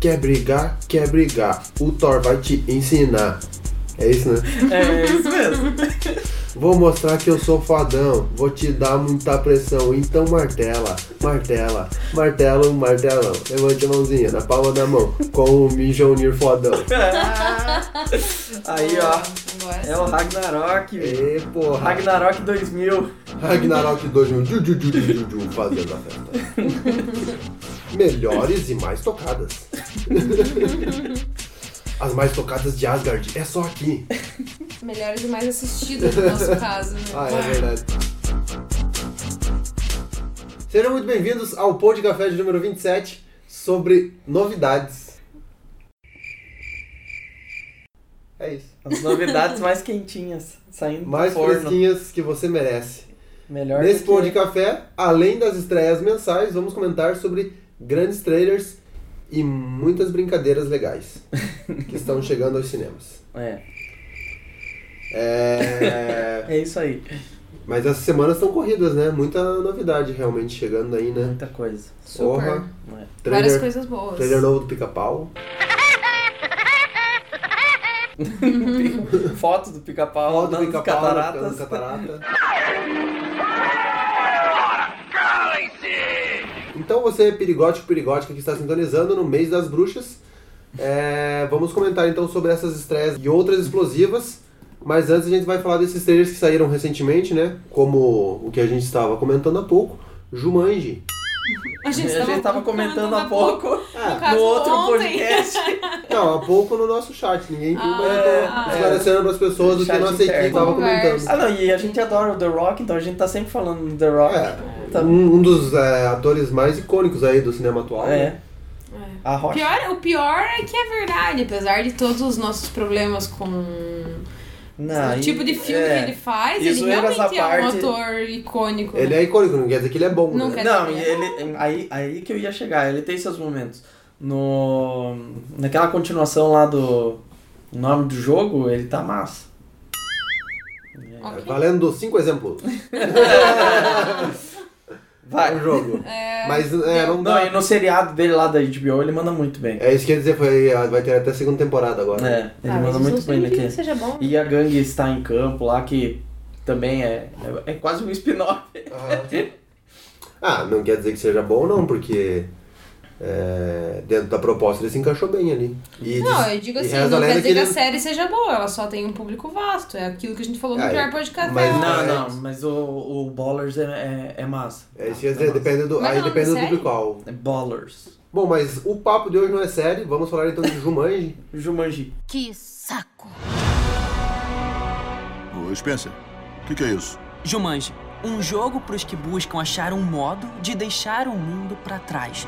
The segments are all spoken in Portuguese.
Quer brigar? Quer brigar. O Thor vai te ensinar. É isso, né? É isso mesmo. Vou mostrar que eu sou fodão. Vou te dar muita pressão. Então martela, martela, martelo, martelão. Levante a mãozinha na palma da mão. Com o Mijonir fodão. Aí, ó. Agora É o Ragnarok. velho. Ê, porra. Ragnarok 2000. Ragnarok 2000. Ju, ju, ju, ju, ju, ju, fazendo a festa. Melhores e mais tocadas. As mais tocadas de Asgard. É só aqui. Melhores e mais assistidas no nosso caso, né? Ah, é verdade. Sejam muito bem-vindos ao Pô de Café de número 27 sobre novidades. É isso. As novidades mais quentinhas saindo Mais do Um forno. fresquinhas que você merece. Melhor Nesse do Pô que... de Café, além das estreias mensais, vamos comentar sobre grandes trailers e muitas brincadeiras legais que estão chegando aos cinemas. É, É... é isso aí. Mas essas semanas estão corridas, né? Muita novidade realmente chegando aí, né? Muita coisa. Super. Porra. É. Várias Trailer, coisas boas. trailer novo do pica-pau. Foto do pica-pau, Foto das do pica-pau cataratas. cataratas. catarata. Então você, perigótico, perigótica, que está sintonizando no mês das bruxas, é, vamos comentar então sobre essas estreias e outras explosivas. Mas antes a gente vai falar desses trailers que saíram recentemente, né? Como o que a gente estava comentando há pouco, Jumanji. A gente A tava, gente tava comentando há pouco É, caso, no outro ontem. podcast. não, há pouco no nosso chat, ninguém viu, mas Ah. eu tô esclarecendo para as pessoas do que Chat nossa equipe interno. estava comentando. Conversa. Ah, não, e a gente adora o The Rock, então a gente tá sempre falando do The Rock. É, Tá- um, um dos é, atores mais icônicos aí do cinema atual. né? É, É. a O Rock. pior, o pior é que é verdade, apesar de todos os nossos problemas com Ah, Não, o e- tipo de filme é. que ele faz, E ele zoeiras à realmente é um parte- ator icônico. né? Ele é icônico, não quer dizer que ele é bom, Não né? quer- Não, dizer, e né? ele. Aí, aí que eu ia chegar, ele tem seus momentos. No, naquela continuação lá do nome do jogo, ele tá massa. é- Ok. Valendo cinco exemplos. Vai. Um jogo. É, Mas é, não Não, dá. e no seriado dele lá da HBO, ele manda muito bem. É isso que eu ia dizer, foi, vai ter até a segunda temporada agora. É, ele manda muito bem né, naquele. seja bom. E a gangue está em campo lá, que também é, é, é quase um spin-off. Aham. Ah, não quer dizer que seja bom não, porque é, dentro da proposta ele se encaixou bem ali. E Não, diz- eu digo e assim, reza a não quer lenda dizer que, ele- a série seja boa, ela só tem um público vasto. É aquilo que a gente falou no Ah, é. pior podcast. Mas dela. Não, é. não, mas o, o Ballers é, é, é massa. É isso que eu ia dizer, depende do, Mas aí não, depende do sério? público-alvo. É Ballers. Bom, mas o papo de hoje não é sério, vamos falar então de Jumanji. Jumanji. Que saco! Ô, Spencer, o que, que é isso? Jumanji, um jogo pros que buscam achar um modo de deixar o mundo pra trás.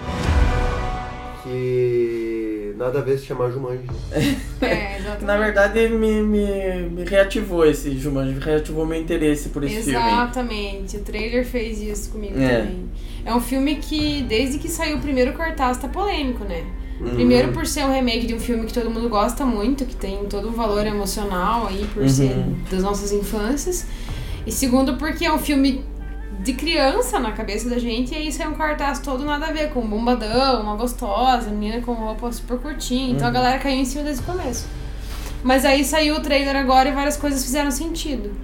que nada a ver se chamar Jumanji. É, exatamente. Na verdade, me, me, me reativou esse Jumanji, reativou meu interesse por esse Exatamente, o trailer fez isso comigo É. também. É um filme que, desde que saiu o primeiro cartaz, tá polêmico, né? Uhum. Primeiro por ser um remake de um filme que todo mundo gosta muito, que tem todo um valor emocional aí, por Uhum. ser das nossas infâncias. E segundo porque é um filme de criança na cabeça da gente, e aí saiu um cartaz todo nada a ver, com um bombadão, uma gostosa, menina com roupa super curtinha. Uhum. Então a galera caiu em cima desde o começo. Mas aí saiu o trailer agora e várias coisas fizeram sentido. filme.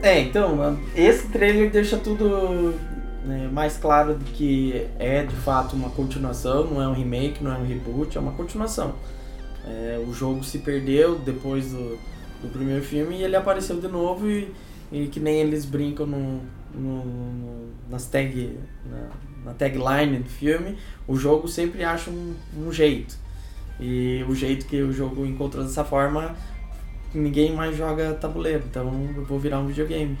É, então, mano, esse trailer deixa tudo né, mais claro de que é de fato uma continuação, não é um remake, não é um reboot, é uma continuação. É, o jogo se perdeu depois do, do primeiro filme e ele apareceu de novo e, e que nem eles brincam no, no- no- nas tag, na, na tagline do filme, o jogo sempre acha um, um jeito. E o jeito que o jogo encontrou dessa forma, ninguém mais joga tabuleiro, então eu vou virar um videogame.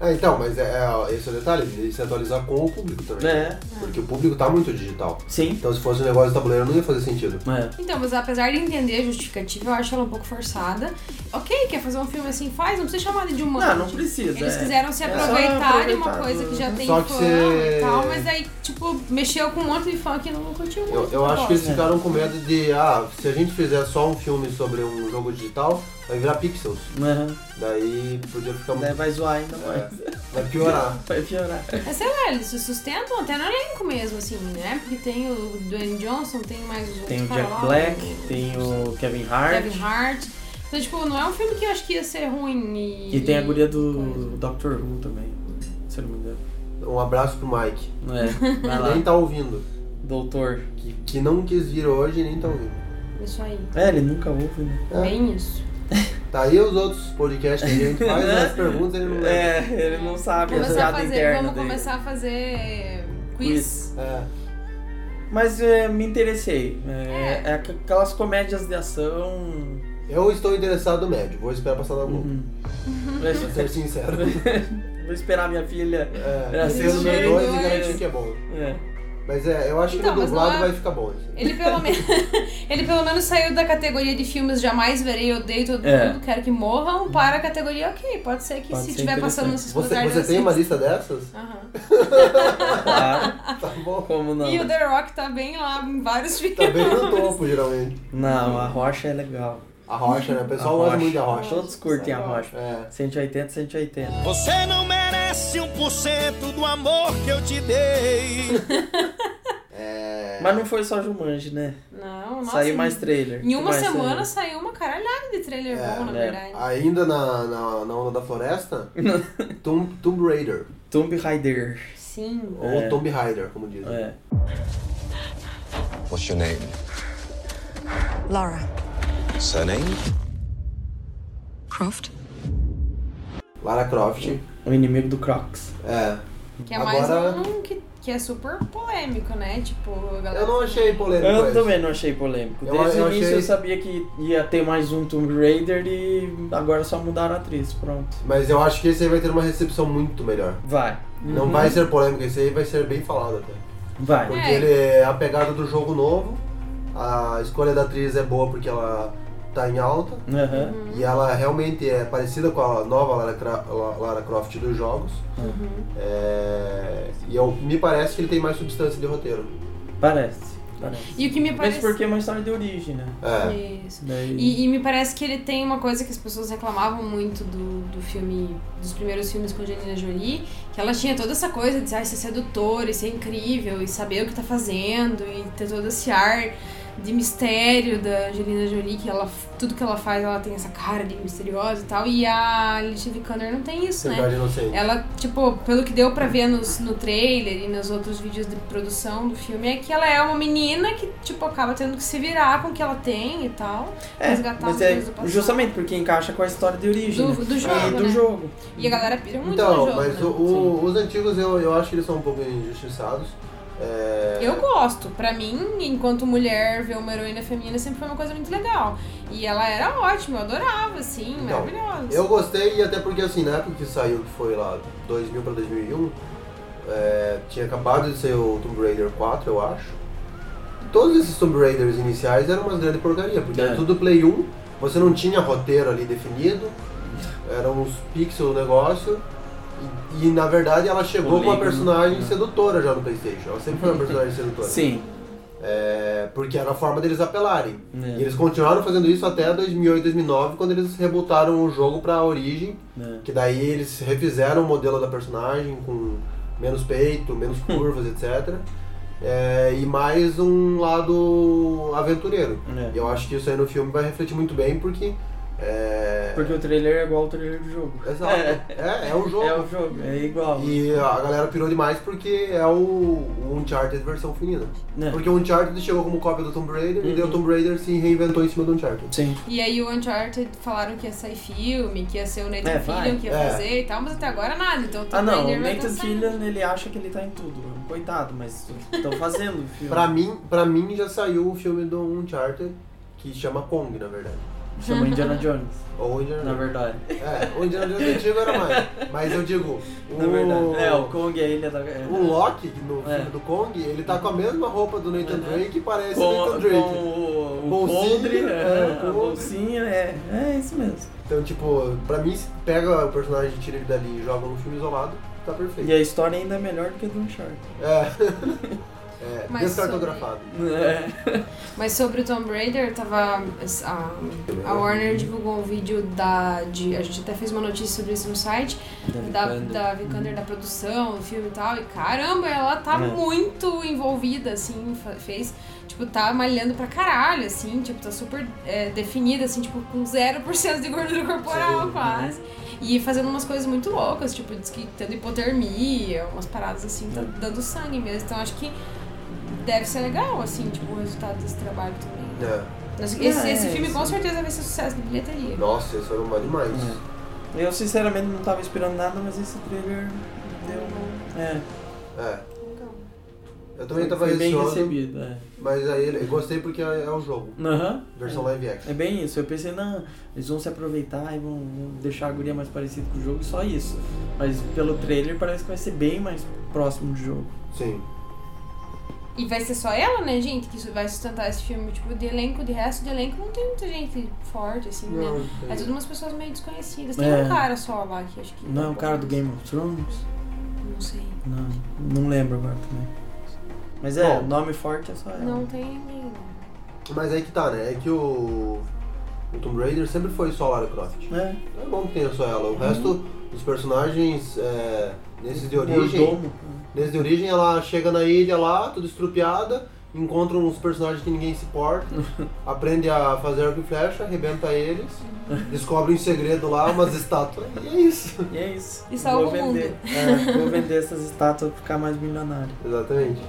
Ah, então, mas é, é, ó, esse é o detalhe, ele se atualizar com o público também. É, Porque o público tá muito digital. sim. Então se fosse um negócio de tabuleiro não ia fazer sentido. É. Então, mas apesar de entender a justificativa, eu acho ela um pouco forçada. Ok, quer fazer um filme assim, faz, não precisa chamar de humano. tipo, Não, não precisa. Eles é. quiseram se É só aproveitar de uma aproveitar. né? coisa que já tem Só fã que cê- e tal, mas aí, tipo, mexeu com um monte de fã que não curtiu muito. Eu, eu tá acho bom. que eles ficaram com medo de, ah, se a gente fizer só um filme sobre um jogo digital, Vai virar pixels. Aham. Daí podia ficar muito. Daí É. né? É. vai zoar ainda mais. Vai piorar. Vai piorar. Mas sei lá, eles se sustentam até no elenco mesmo, assim, né? Porque tem o Dwayne Johnson, tem mais os Tem o outros cara Jack lá, Black, o tem o Kevin Hart. Kevin Hart. Então, tipo, não é um filme que eu acho que ia ser ruim. E, é? E tem a guria do Doctor Who também. Se eu não me engano. Um abraço pro Mike. É, vai Nem lá. tá ouvindo. Doutor. Que, que não quis vir hoje e nem tá ouvindo. Isso aí. É, ele nunca ouve, né? É. Bem isso. Tá aí os outros podcasts que a gente faz, né? as perguntas ele não lembra. É. ele não sabe Começar a fazer- vamos começar a fazer quiz. É. Mas é, me interessei. É, é aqu- aquelas comédias de ação. Eu estou interessado médio, vou esperar passar na Globo. Uhum. Pra ser sincero. Vou esperar minha filha. É, Era assista o assim, meu né? 2 e garantir que é bom. É. Mas é, eu acho Então, que no mas não dublado é- vai ficar bom. assim. Ele pelo, menos, ele pelo menos saiu da categoria de filmes jamais verei, odeio todo É. mundo, quero que morram, para a categoria ok. Pode ser que Pode se ser estiver passando assim. interessante. nessas Você, você tem uma lista dessas? Claro. Tá bom. Como não? E o The Rock tá bem lá em vários filmes. Tá bem no topo, geralmente. Não, a rocha é legal. A rocha, né? O pessoal A gosta rocha. muito da rocha. Todos curtem a rocha. É. 180, 180. Você não merece 1% do amor que eu te dei. é, Mas não foi só Jumanji, né? Não, nossa. Saiu mais trailer. Em uma Mais semana trailer. saiu uma caralhada de trailer É, bom, na né? verdade. Ainda na, na, na onda da floresta, Tomb, Tomb Raider. Tomb Raider. Sim. Ou Tomb Raider, como dizem. É. What's your name? Laura Surname? Croft. Lara Croft. O inimigo do Crocs. É. Que é mais Agora- um que, que é super polêmico, né? Tipo, a galera. Eu não achei polêmico. Eu esse. também não achei polêmico. É, Eu- Desde eu o início achei- eu sabia que ia ter mais um Tomb Raider e agora só mudaram a atriz. Pronto. Mas eu acho que esse aí vai ter uma recepção muito melhor. Vai. Não vai ser polêmico, esse aí vai ser bem falado até. Vai. Porque É. ele é a pegada do jogo novo, a escolha da atriz é boa porque ela tá em alta. Aham. E ela realmente é parecida com a nova Lara, Cra- La- Lara Croft dos jogos. Uhum. É, E eu, me parece que ele tem mais substância de roteiro. Parece. Parece. Uhum. E o que me Mas parece. porque é uma história de origem, né? É. Isso. Daí... E, e me parece que ele tem uma coisa que as pessoas reclamavam muito do, do filme, dos primeiros filmes com Angelina Jolie, que ela tinha toda essa coisa de ah, ser sedutora e ser incrível e saber o que tá fazendo e ter todo esse ar de mistério da Angelina Jolie, que ela, tudo que ela faz ela tem essa cara de misteriosa e tal, e a Alicia Vikander não tem isso, né? Verdade inocente. Ela, tipo, pelo que deu pra ver nos, no trailer e nos outros vídeos de produção do filme, é que ela é uma menina que, tipo, acaba tendo que se virar com o que ela tem e tal. É, resgatar mas as é coisas do passado. justamente porque encaixa com a história de origem. né? Do, do jogo, e do né? jogo. E a galera pira muito no Então, jogo, mas né? o- o- os antigos eu, eu acho que eles são um pouco injustiçados. É, Eu gosto. Pra mim, enquanto mulher, ver uma heroína feminina sempre foi uma coisa muito legal. E ela era ótima, eu adorava, assim, Então, maravilhosa. Eu gostei e até porque assim, na época que saiu, que foi lá 2000 pra 2001, é, tinha acabado de ser o Tomb Raider 4, eu acho. Todos esses Tomb Raiders iniciais eram umas grandes porcaria, porque É. era tudo Play 1, você não tinha roteiro ali definido, eram uns pixels o negócio. E, e, na verdade ela chegou com uma Polígono, personagem né? sedutora já no Playstation. Ela sempre foi uma personagem sedutora. Sim. É, porque era a forma deles apelarem. É. E eles continuaram fazendo isso até 2008, 2009, quando eles rebutaram o jogo pra origem, né? que daí eles refizeram o modelo da personagem com menos peito, menos curvas, etc. É, e mais um lado aventureiro. É. E eu acho que isso aí no filme vai refletir muito bem, porque... É... Porque o trailer é igual ao trailer do jogo. Exato. É, é um jogo. É o jogo, é igual. E a galera pirou demais porque é o, o Uncharted versão feminina. É. Porque o Uncharted chegou como cópia do Tomb Raider e Uhum. daí o Tomb Raider se reinventou em cima do Uncharted. Sim. E aí o Uncharted falaram que ia sair filme, que ia ser o Nathan É, vai. Fillion que ia É. fazer e tal, mas até agora nada. Então Ah não, o Tomb Raider vai Nathan dançar. Fillion ele acha que ele tá em tudo. Coitado, mas estão fazendo o filme. Pra mim, pra mim já saiu o filme do Uncharted que chama Kong, na verdade. Chama Indiana Jones, Ou Indiana na verdade. É, o Indiana Jones antigo era mais. Mas eu digo, o, Na verdade. É, o Kong é a ilha da. É, o Loki no É. filme do Kong, ele tá com a mesma roupa do Nathan Uhum. Drake e parece o com, Nathan é Drake. com o, o Bolsinha, Condre, é, é, com a o- bolsinha, é, é isso mesmo. Então, tipo, pra mim, se pega o personagem, tira ele dali e joga no filme isolado, tá perfeito. E a história ainda é melhor do que a do Uncharted. É. É, Mas descartografado. É. Mas sobre o Tomb Raider, tava. A, a Warner divulgou um vídeo da. De, a gente até fez uma notícia sobre isso no site. Da, da Vikander, da produção, do filme e tal. E caramba, ela tá É. muito envolvida, assim, fa- fez. Tipo, tá malhando pra caralho, assim, tipo, tá super é, definida, assim, tipo, com 0% de gordura corporal, Sim, né? quase. E fazendo umas coisas muito loucas, tipo, diz que tendo hipotermia, umas paradas assim, tá É. dando sangue mesmo. Então acho que deve ser legal, assim, tipo, o resultado desse trabalho também. É. Mas Esse, É, esse filme com sim. certeza vai ser sucesso de bilheteria. Nossa, isso era um uma demais. Eu sinceramente não tava esperando nada, mas esse trailer deu. É, É. Eu também tava foi bem receoso, recebido. É. mas aí eu gostei porque é, é o jogo. Aham. Versão live action. É bem isso, eu pensei, não, eles vão se aproveitar e vão, vão deixar a guria mais parecida com o jogo, só isso. Mas pelo trailer parece que vai ser bem mais próximo do jogo. Sim. E vai ser só ela, né, gente, que vai sustentar esse filme. Tipo, de elenco, de resto de elenco, não tem muita gente forte, assim, né? É tudo umas pessoas meio desconhecidas. Tem É. um cara só lá que acho que. Não é o cara do Game of Thrones? Não sei. Não, não lembro agora também. Mas é, Bom. nome forte é só ela. Não tem ninguém. Mas aí que tá, né? É que o, o Tomb Raider sempre foi só Lara Croft. É, É bom que tenha só ela. O resto Uhum. dos personagens, é, nesses de origem, mordomo. nesses de origem, ela chega na ilha lá, tudo estrupiada, encontra uns personagens que ninguém se importa, aprende a fazer arco e flecha, arrebenta eles, descobre um segredo lá, umas estátuas, e é isso. E é isso. E salva vou o mundo. vender. É, vou vender essas estátuas pra ficar mais milionário. Exatamente.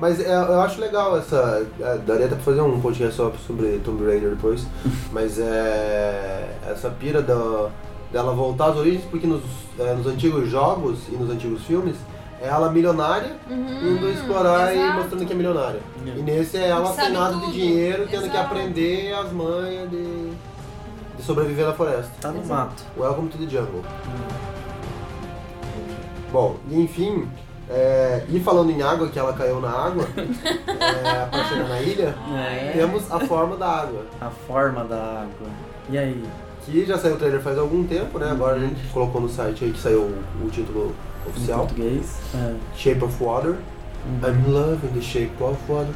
Mas é, eu acho legal essa. é, daria até pra fazer um podcast só sobre Tomb Raider depois. Mas é. Essa pira da, dela voltar às origens, porque nos, é, nos antigos jogos e nos antigos filmes é ela milionária indo explorar e Uhum, Hum, exato. mostrando que é milionária. É. E nesse é ela Sabe sem nada de tudo. dinheiro, tendo que Exato. aprender as manhas de, de sobreviver na floresta. Tá no mato. Welcome to the Jungle. Bom, e enfim, é, e falando em água, que ela caiu na água, é, pra chegar na ilha, É. temos a forma da água, A forma da água. E aí? que já saiu o trailer faz algum tempo, né? Agora a gente colocou no site aí que saiu o, o título Em oficial, português? É. Uhum. Shape of Water. I'm loving the shape of water.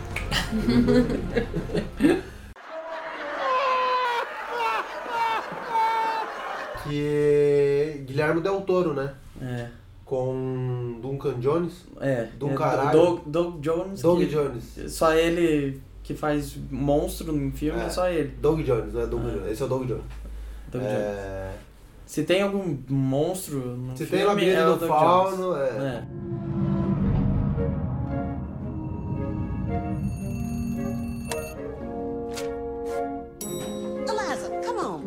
que Guilherme Del Toro, né? É. com Duncan Jones. É. Do é, caralho. Doug, Doug Jones. Doug que- Jones. Só ele que faz monstro em filme, é, É. só ele. Doug Jones, né? Doug Ah. Jones. Esse é o Doug Jones. Doug Jones. É, Se tem algum monstro no Se filme, tem Labirinto é o do Doug Fauno, Jones. é. É. Eliza, come on.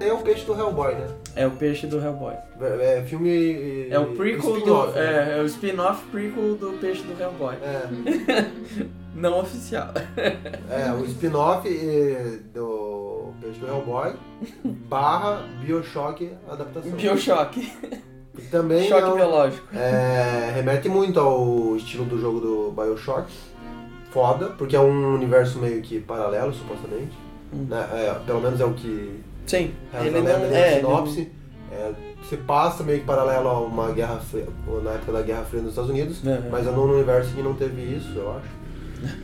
É o peixe do Hellboy, né? É o peixe do Hellboy. É, é filme. É o prequel spin-off, do. né? É, é o spin-off prequel do peixe do Hellboy. É, Não oficial. é, o spin-off eh, do peixe do Hellboy barra Bioshock adaptação. Bioshock. E também Choque é um- biológico. é, remete muito ao estilo do jogo do Bioshock. Foda, porque é um universo meio que paralelo, supostamente. Hum. Né? É, pelo menos é o que Sim. É, ele ele não é, é. sinopse. É, se passa meio que paralelo a uma guerra fria, ou na época da Guerra Fria nos Estados Unidos, Uhum. mas é num universo que não teve isso, eu acho.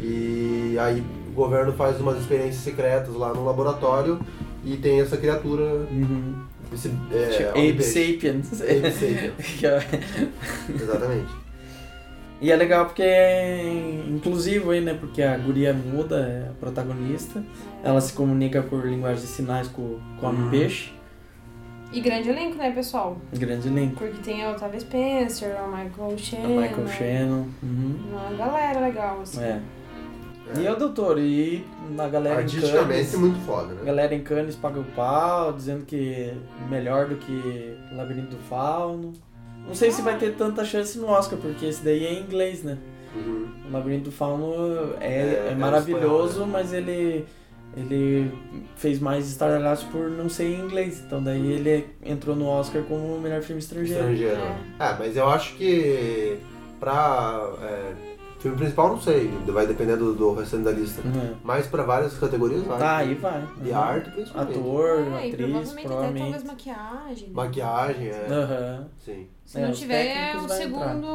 E aí o governo faz umas experiências secretas lá no laboratório e tem essa criatura, Uhum. esse é, Ape homem-peixe. Sapiens. Ape Sapien, Que é- exatamente. E é legal porque é inclusivo aí, né? Porque a guria muda, é a protagonista. Ela se comunica por linguagem de sinais com, com o homem-peixe. E grande elenco, né, pessoal? um Grande elenco. Porque tem a Otávia Spencer, a Michael Shannon. A Michael Shannon. Uhum. Uma galera legal, assim. É. É. E é o doutor, e a Né, galera em Artisticamente Cannes, muito foda, a né? galera em Cannes paga o pau, dizendo que melhor do que o Labirinto do Fauno. Não sei se vai ter tanta chance no Oscar, porque esse daí é em inglês, né? Uhum. O Labirinto do Fauno é, É, é é maravilhoso, espanhol, mas ele, ele fez mais estardalhaço por não ser em inglês. Então Uhum. daí ele entrou no Oscar como o melhor filme estrangeiro. Estrangeiro. É. mas eu acho que pra é, filme principal, não sei, vai depender do, do restante da lista. É. Mas pra várias categorias, vai. Tá, aí vai. De Aham. arte, principalmente. Ator, Ah, atriz, e provavelmente, até provavelmente. talvez maquiagem. Maquiagem, é. Aham. Sim. Se É, não os tiver, é técnicos o vai entrar. segundo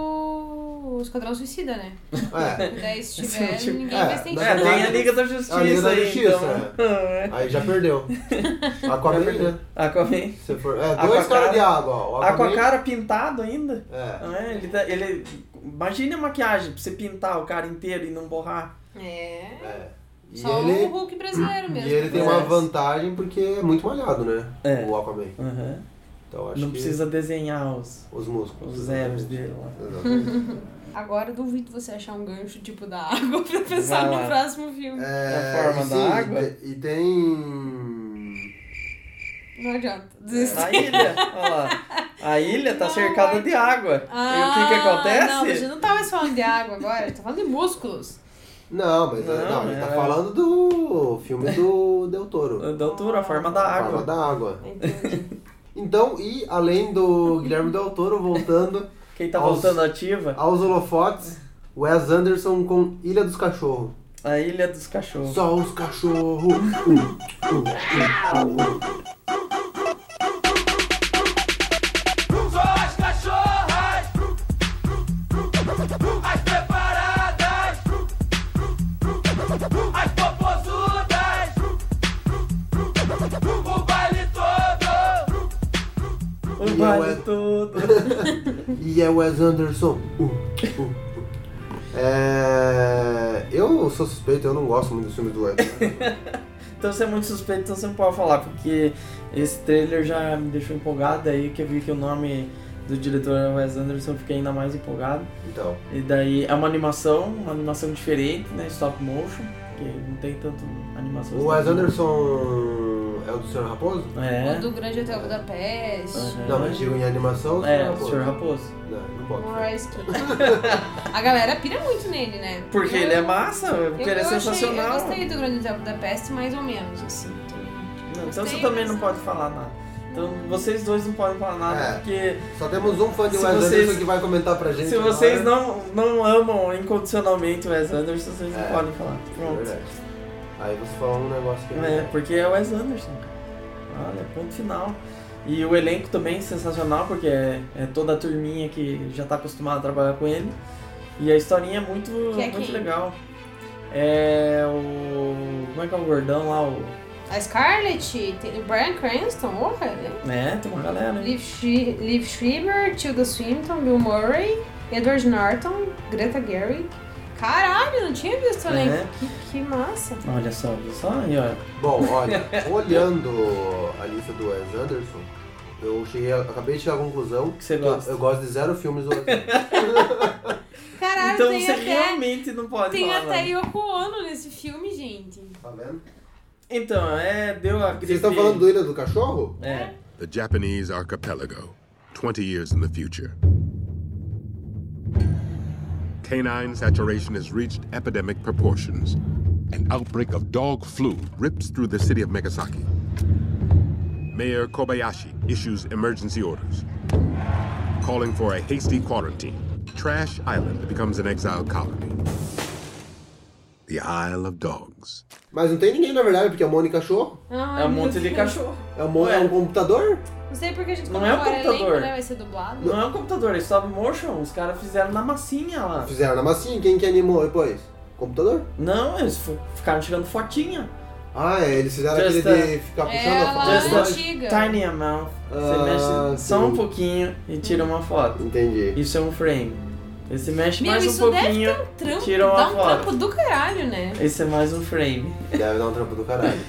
o Esquadrão Suicida, né? É. Porque daí se tiver, Se não tiver- ninguém É, mais tem na É, chance. tem a verdade- Liga da Justiça A Liga da aí, Justiça, então. É. Aí já perdeu. Aquaman, né? Aquaman. Se for... É, dois Aquacara. caras de água, ó. O Ah, com a Aquaman- cara pintado ainda. É. Não é? Ele, tá- ele- Imagina a maquiagem pra você pintar o cara inteiro e não borrar. É. é. E Só o ele... Hulk brasileiro mesmo. E ele tem né? uma vantagem porque é muito malhado, né? É. O Aquaman. Aham. Então acho Não que precisa desenhar os, os músculos. os erros dele lá. Exatamente. Agora eu duvido você achar um gancho tipo da água pra Vai pensar lá. no próximo filme. É, Da forma e da água? e te- E tem. Não adianta. Desistir. A ilha, olha lá. A ilha tá Não, cercada vai- de água. e o que que Ah, Não, a gente acontece? não tá mais falando de água agora, a gente tá falando de músculos. Não, mas Não, é- não, ele tá é- falando do filme do Del Toro. Da altura, a forma da A Forma água. da água. Entendi. Então, e além do Guilherme Del Toro voltando Quem tá Aos- voltando ativa? aos holofotes, Wes Anderson com Ilha dos Cachorros. A ilha dos cachorros. Só os cachorros. Um, um, um, um. Só as cachorras, as preparadas, as popozudas, o baile todo. O E vale eu- todo. E é Wes Anderson. Um, um, um. É, Eu sou suspeito, eu não gosto muito dos filmes do Wes. Então você é muito suspeito, então você não pode falar, porque esse trailer já me deixou empolgado, aí que eu vi que o nome do diretor é Wes Anderson, eu fiquei ainda mais empolgado. Então, E daí é uma animação, uma animação diferente, né? Stop motion, que não tem tanto animação. o stop Wes motion. Anderson é o do Senhor Raposo? O É. do Grande Hotel Budapeste, Aham. Não, mas digo em animação. o É, Senhor o Raposo. Sr. Raposo. Não, não o pode. Royce King. A galera pira muito nele, né? Porque Eu- ele é massa, porque eu, ele é eu achei- sensacional. eu gostei do Grande Hotel Budapeste, mais ou menos, assim. Não, então você Gostei, também mas- não pode falar nada. Então vocês dois não podem falar nada, É. porque Só temos um fã de Se Wes vocês- Anderson que vai comentar pra gente. se vocês agora. não, não amam incondicionalmente o Wes Anderson, vocês não É. podem falar. Pronto. Verdade. Aí você falou um negócio que É, porque é o Wes Anderson, cara. Olha, ponto final. E o elenco também sensacional, porque é, é toda a turminha que já tá acostumada a trabalhar com ele. E a historinha é muito, Que é muito quem? legal. É o. Como é que é o gordão lá? O, A Scarlett, tem o Brian Cranston, porra, né? né? Tem uma galera. né? Liv, Schre- Liv Schreiber, Tilda Swinton, Bill Murray, Edward Norton, Greta Gerwig. Caralho, não tinha visto, né? É. Que, que massa. Olha só, viu só aí, ó. Bom, olha, olhando a lista do Wes Anderson, eu cheguei, a- acabei de chegar à conclusão que você que gosta? eu gosto de zero filmes do Wes Anderson. Caralho, então tem você até, realmente né? não pode tem falar. até nada. Yoko Ono nesse filme, gente. Tá vendo? Então, é. Deu a gripe. Vocês estão falando do Ilha do Cachorro? É. The Japanese archipelago, 20 years in the future. Canine saturation has reached epidemic proportions. An outbreak of dog flu rips through the city of Megasaki. Mayor Kobayashi issues emergency orders, calling for a hasty quarantine. Trash Island becomes an exile colony. The Isle of Dogs. Mas não tem ninguém, na verdade, porque é um monte de cachorro. Ai, É um Ah, meu monte de Deus. cachorro. É um, mon- Ué. é um computador? Não sei porque a gente Não é um colocou elenco, computador. né? Vai ser dublado. Não é um computador, é stop motion. Os caras fizeram na massinha lá. Fizeram na massinha, quem que animou depois? Computador? Não, eles fo- ficaram tirando fotinha. Ah, é, eles fizeram Just aquele de ficar É puxando a lá a Just foto. tá a- antiga. Tiny amount. Você Ah, mexe só sim. um pouquinho e tira uma foto. Entendi. Isso é um frame. Esse mexe Meu, mais um isso deve pouquinho. ter um trampo, tira uma dá um foto. trampo do caralho, né? Esse é mais um frame. Deve dar um trampo do caralho.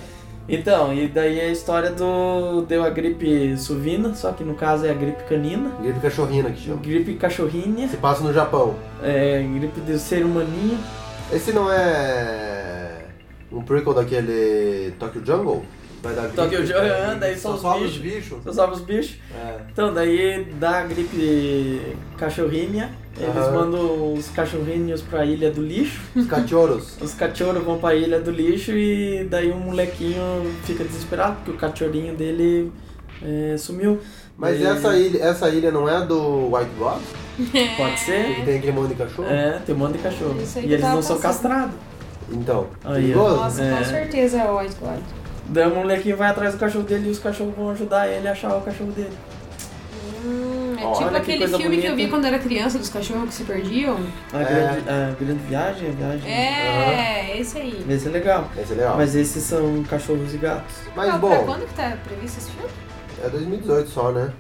Então, e daí a história do. Deu a gripe suvina, só que no caso é a gripe canina. Gripe cachorrina que chama. um Gripe cachorrinha. Se passa no Japão. É, gripe do ser humaninho. Esse não é um prequel daquele Tokyo Jungle? Vai dar Tokyo gripe? Jungle, é, daí só os sobe bichos. bichos. Só salva os bichos. É. Então, daí dá a gripe cachorrinha. Eles Aham. mandam os cachorrinhos pra ilha do lixo. Os cachorros. Os cachorros vão pra ilha do lixo e daí um molequinho fica desesperado porque o cachorrinho dele é, sumiu. Mas E- essa, ilha, essa ilha não é do White God? Pode Que ser? tem aquele monte de cachorro? É, tem um monte de cachorro. Isso aí E que eles tava não são passando. castrados. Então, Aí, perigoso? Nossa, É. com certeza é o White God. Daí o molequinho vai atrás do cachorro dele e os cachorros vão ajudar ele a achar o cachorro dele. Hum, é Olha tipo que aquele coisa filme que eu bonita. vi quando era criança, dos cachorros que se perdiam. A, É. grande, a grande viagem, a viagem. É, esse aí. Esse é legal. Esse é legal. Mas, Mas esses são cachorros e gatos. Ah, pra bom, quando que tá previsto esse filme? é 2018 só, né?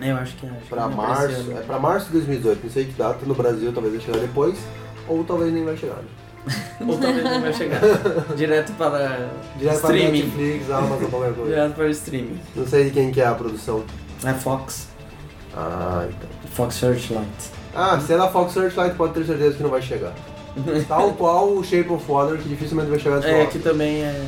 Eu acho que acho Pra que não março, apareceu. né? é pra março de 2018, não sei que data, no Brasil talvez vai chegar depois, ou talvez nem vai chegar. Ou talvez não vai chegar. Direto para é. Direto pra streaming. É. Netflix, Amazon, qualquer coisa. Direto para streaming. Não sei de quem que é a produção. É Fox. Ah, então. Fox Searchlight. Ah, se é da Fox Searchlight, pode ter certeza que não vai chegar. Tal qual o Shape of Water, que dificilmente vai chegar antes do É, que Oscar. também é.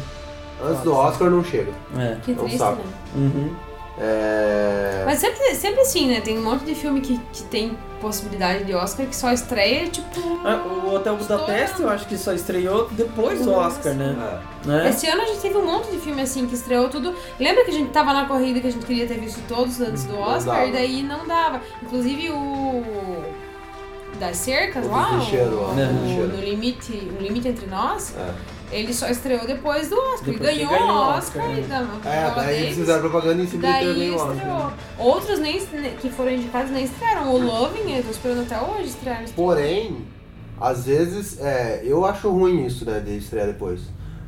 Antes do Oscar não chega. É. Que É um triste, saco. né? Uhum. É... Mas sempre, sempre assim, né? Tem um monte de filme que, que tem possibilidade de Oscar que só estreia, tipo. Ah, O Hotel Budapeste eu acho que só estreou depois do Oscar, né? É. Né? Esse ano a gente teve um monte de filme assim que estreou tudo. Lembra que a gente tava na corrida que a gente queria ter visto todos antes do dava. Oscar e daí não dava. Inclusive o. Das cercas O lá, do lixeiro, ó, o, o do lixeiro. no limite, no limite entre nós, É. ele só estreou depois do Oscar. Depois que e ganhou ganhou o o Oscar, Oscar, e né? da É, Viola daí eles Davis, fizeram propaganda em cima do daí inteiro nem o Oscar. estreou. né? Outros nem, que foram indicados nem estrearam. O Loving, eu tô esperando até hoje estrear. Porém, às vezes, é, eu acho ruim isso, né, de estrear depois.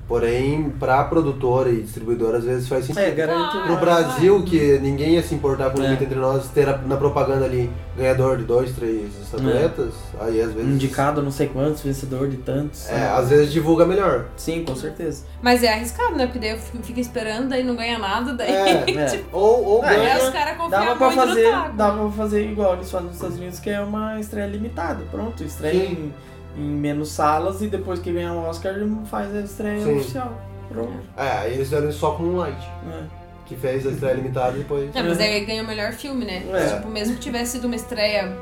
Porém, pra produtora e distribuidora, às vezes faz sentido. É, garanto. No Brasil, que ninguém ia se importar com o É. limite entre nós, ter a- na propaganda ali ganhador de dois, É. três estatuetas, aí às vezes. Indicado não sei quantos, vencedor de tantos. É, às vezes divulga melhor. Sim, com certeza. Mas é arriscado, né? Porque daí eu fico- fica esperando, daí não ganha nada, daí. É, É. ou, ou Ah, ganha. Aí os caras confiam Dava pra, muito fazer, no taco. dava pra fazer igual eles fazem nos Estados Unidos, que é uma estreia limitada. Pronto, estreia em, em menos salas e depois que ganhar o Oscar faz a estreia Sim. oficial. Pronto. É, aí eles fizeram isso só com um light, É. que fez a estreia limitada e depois. É, mas aí ganha o melhor filme, né? É. Tipo, mesmo que tivesse sido uma estreia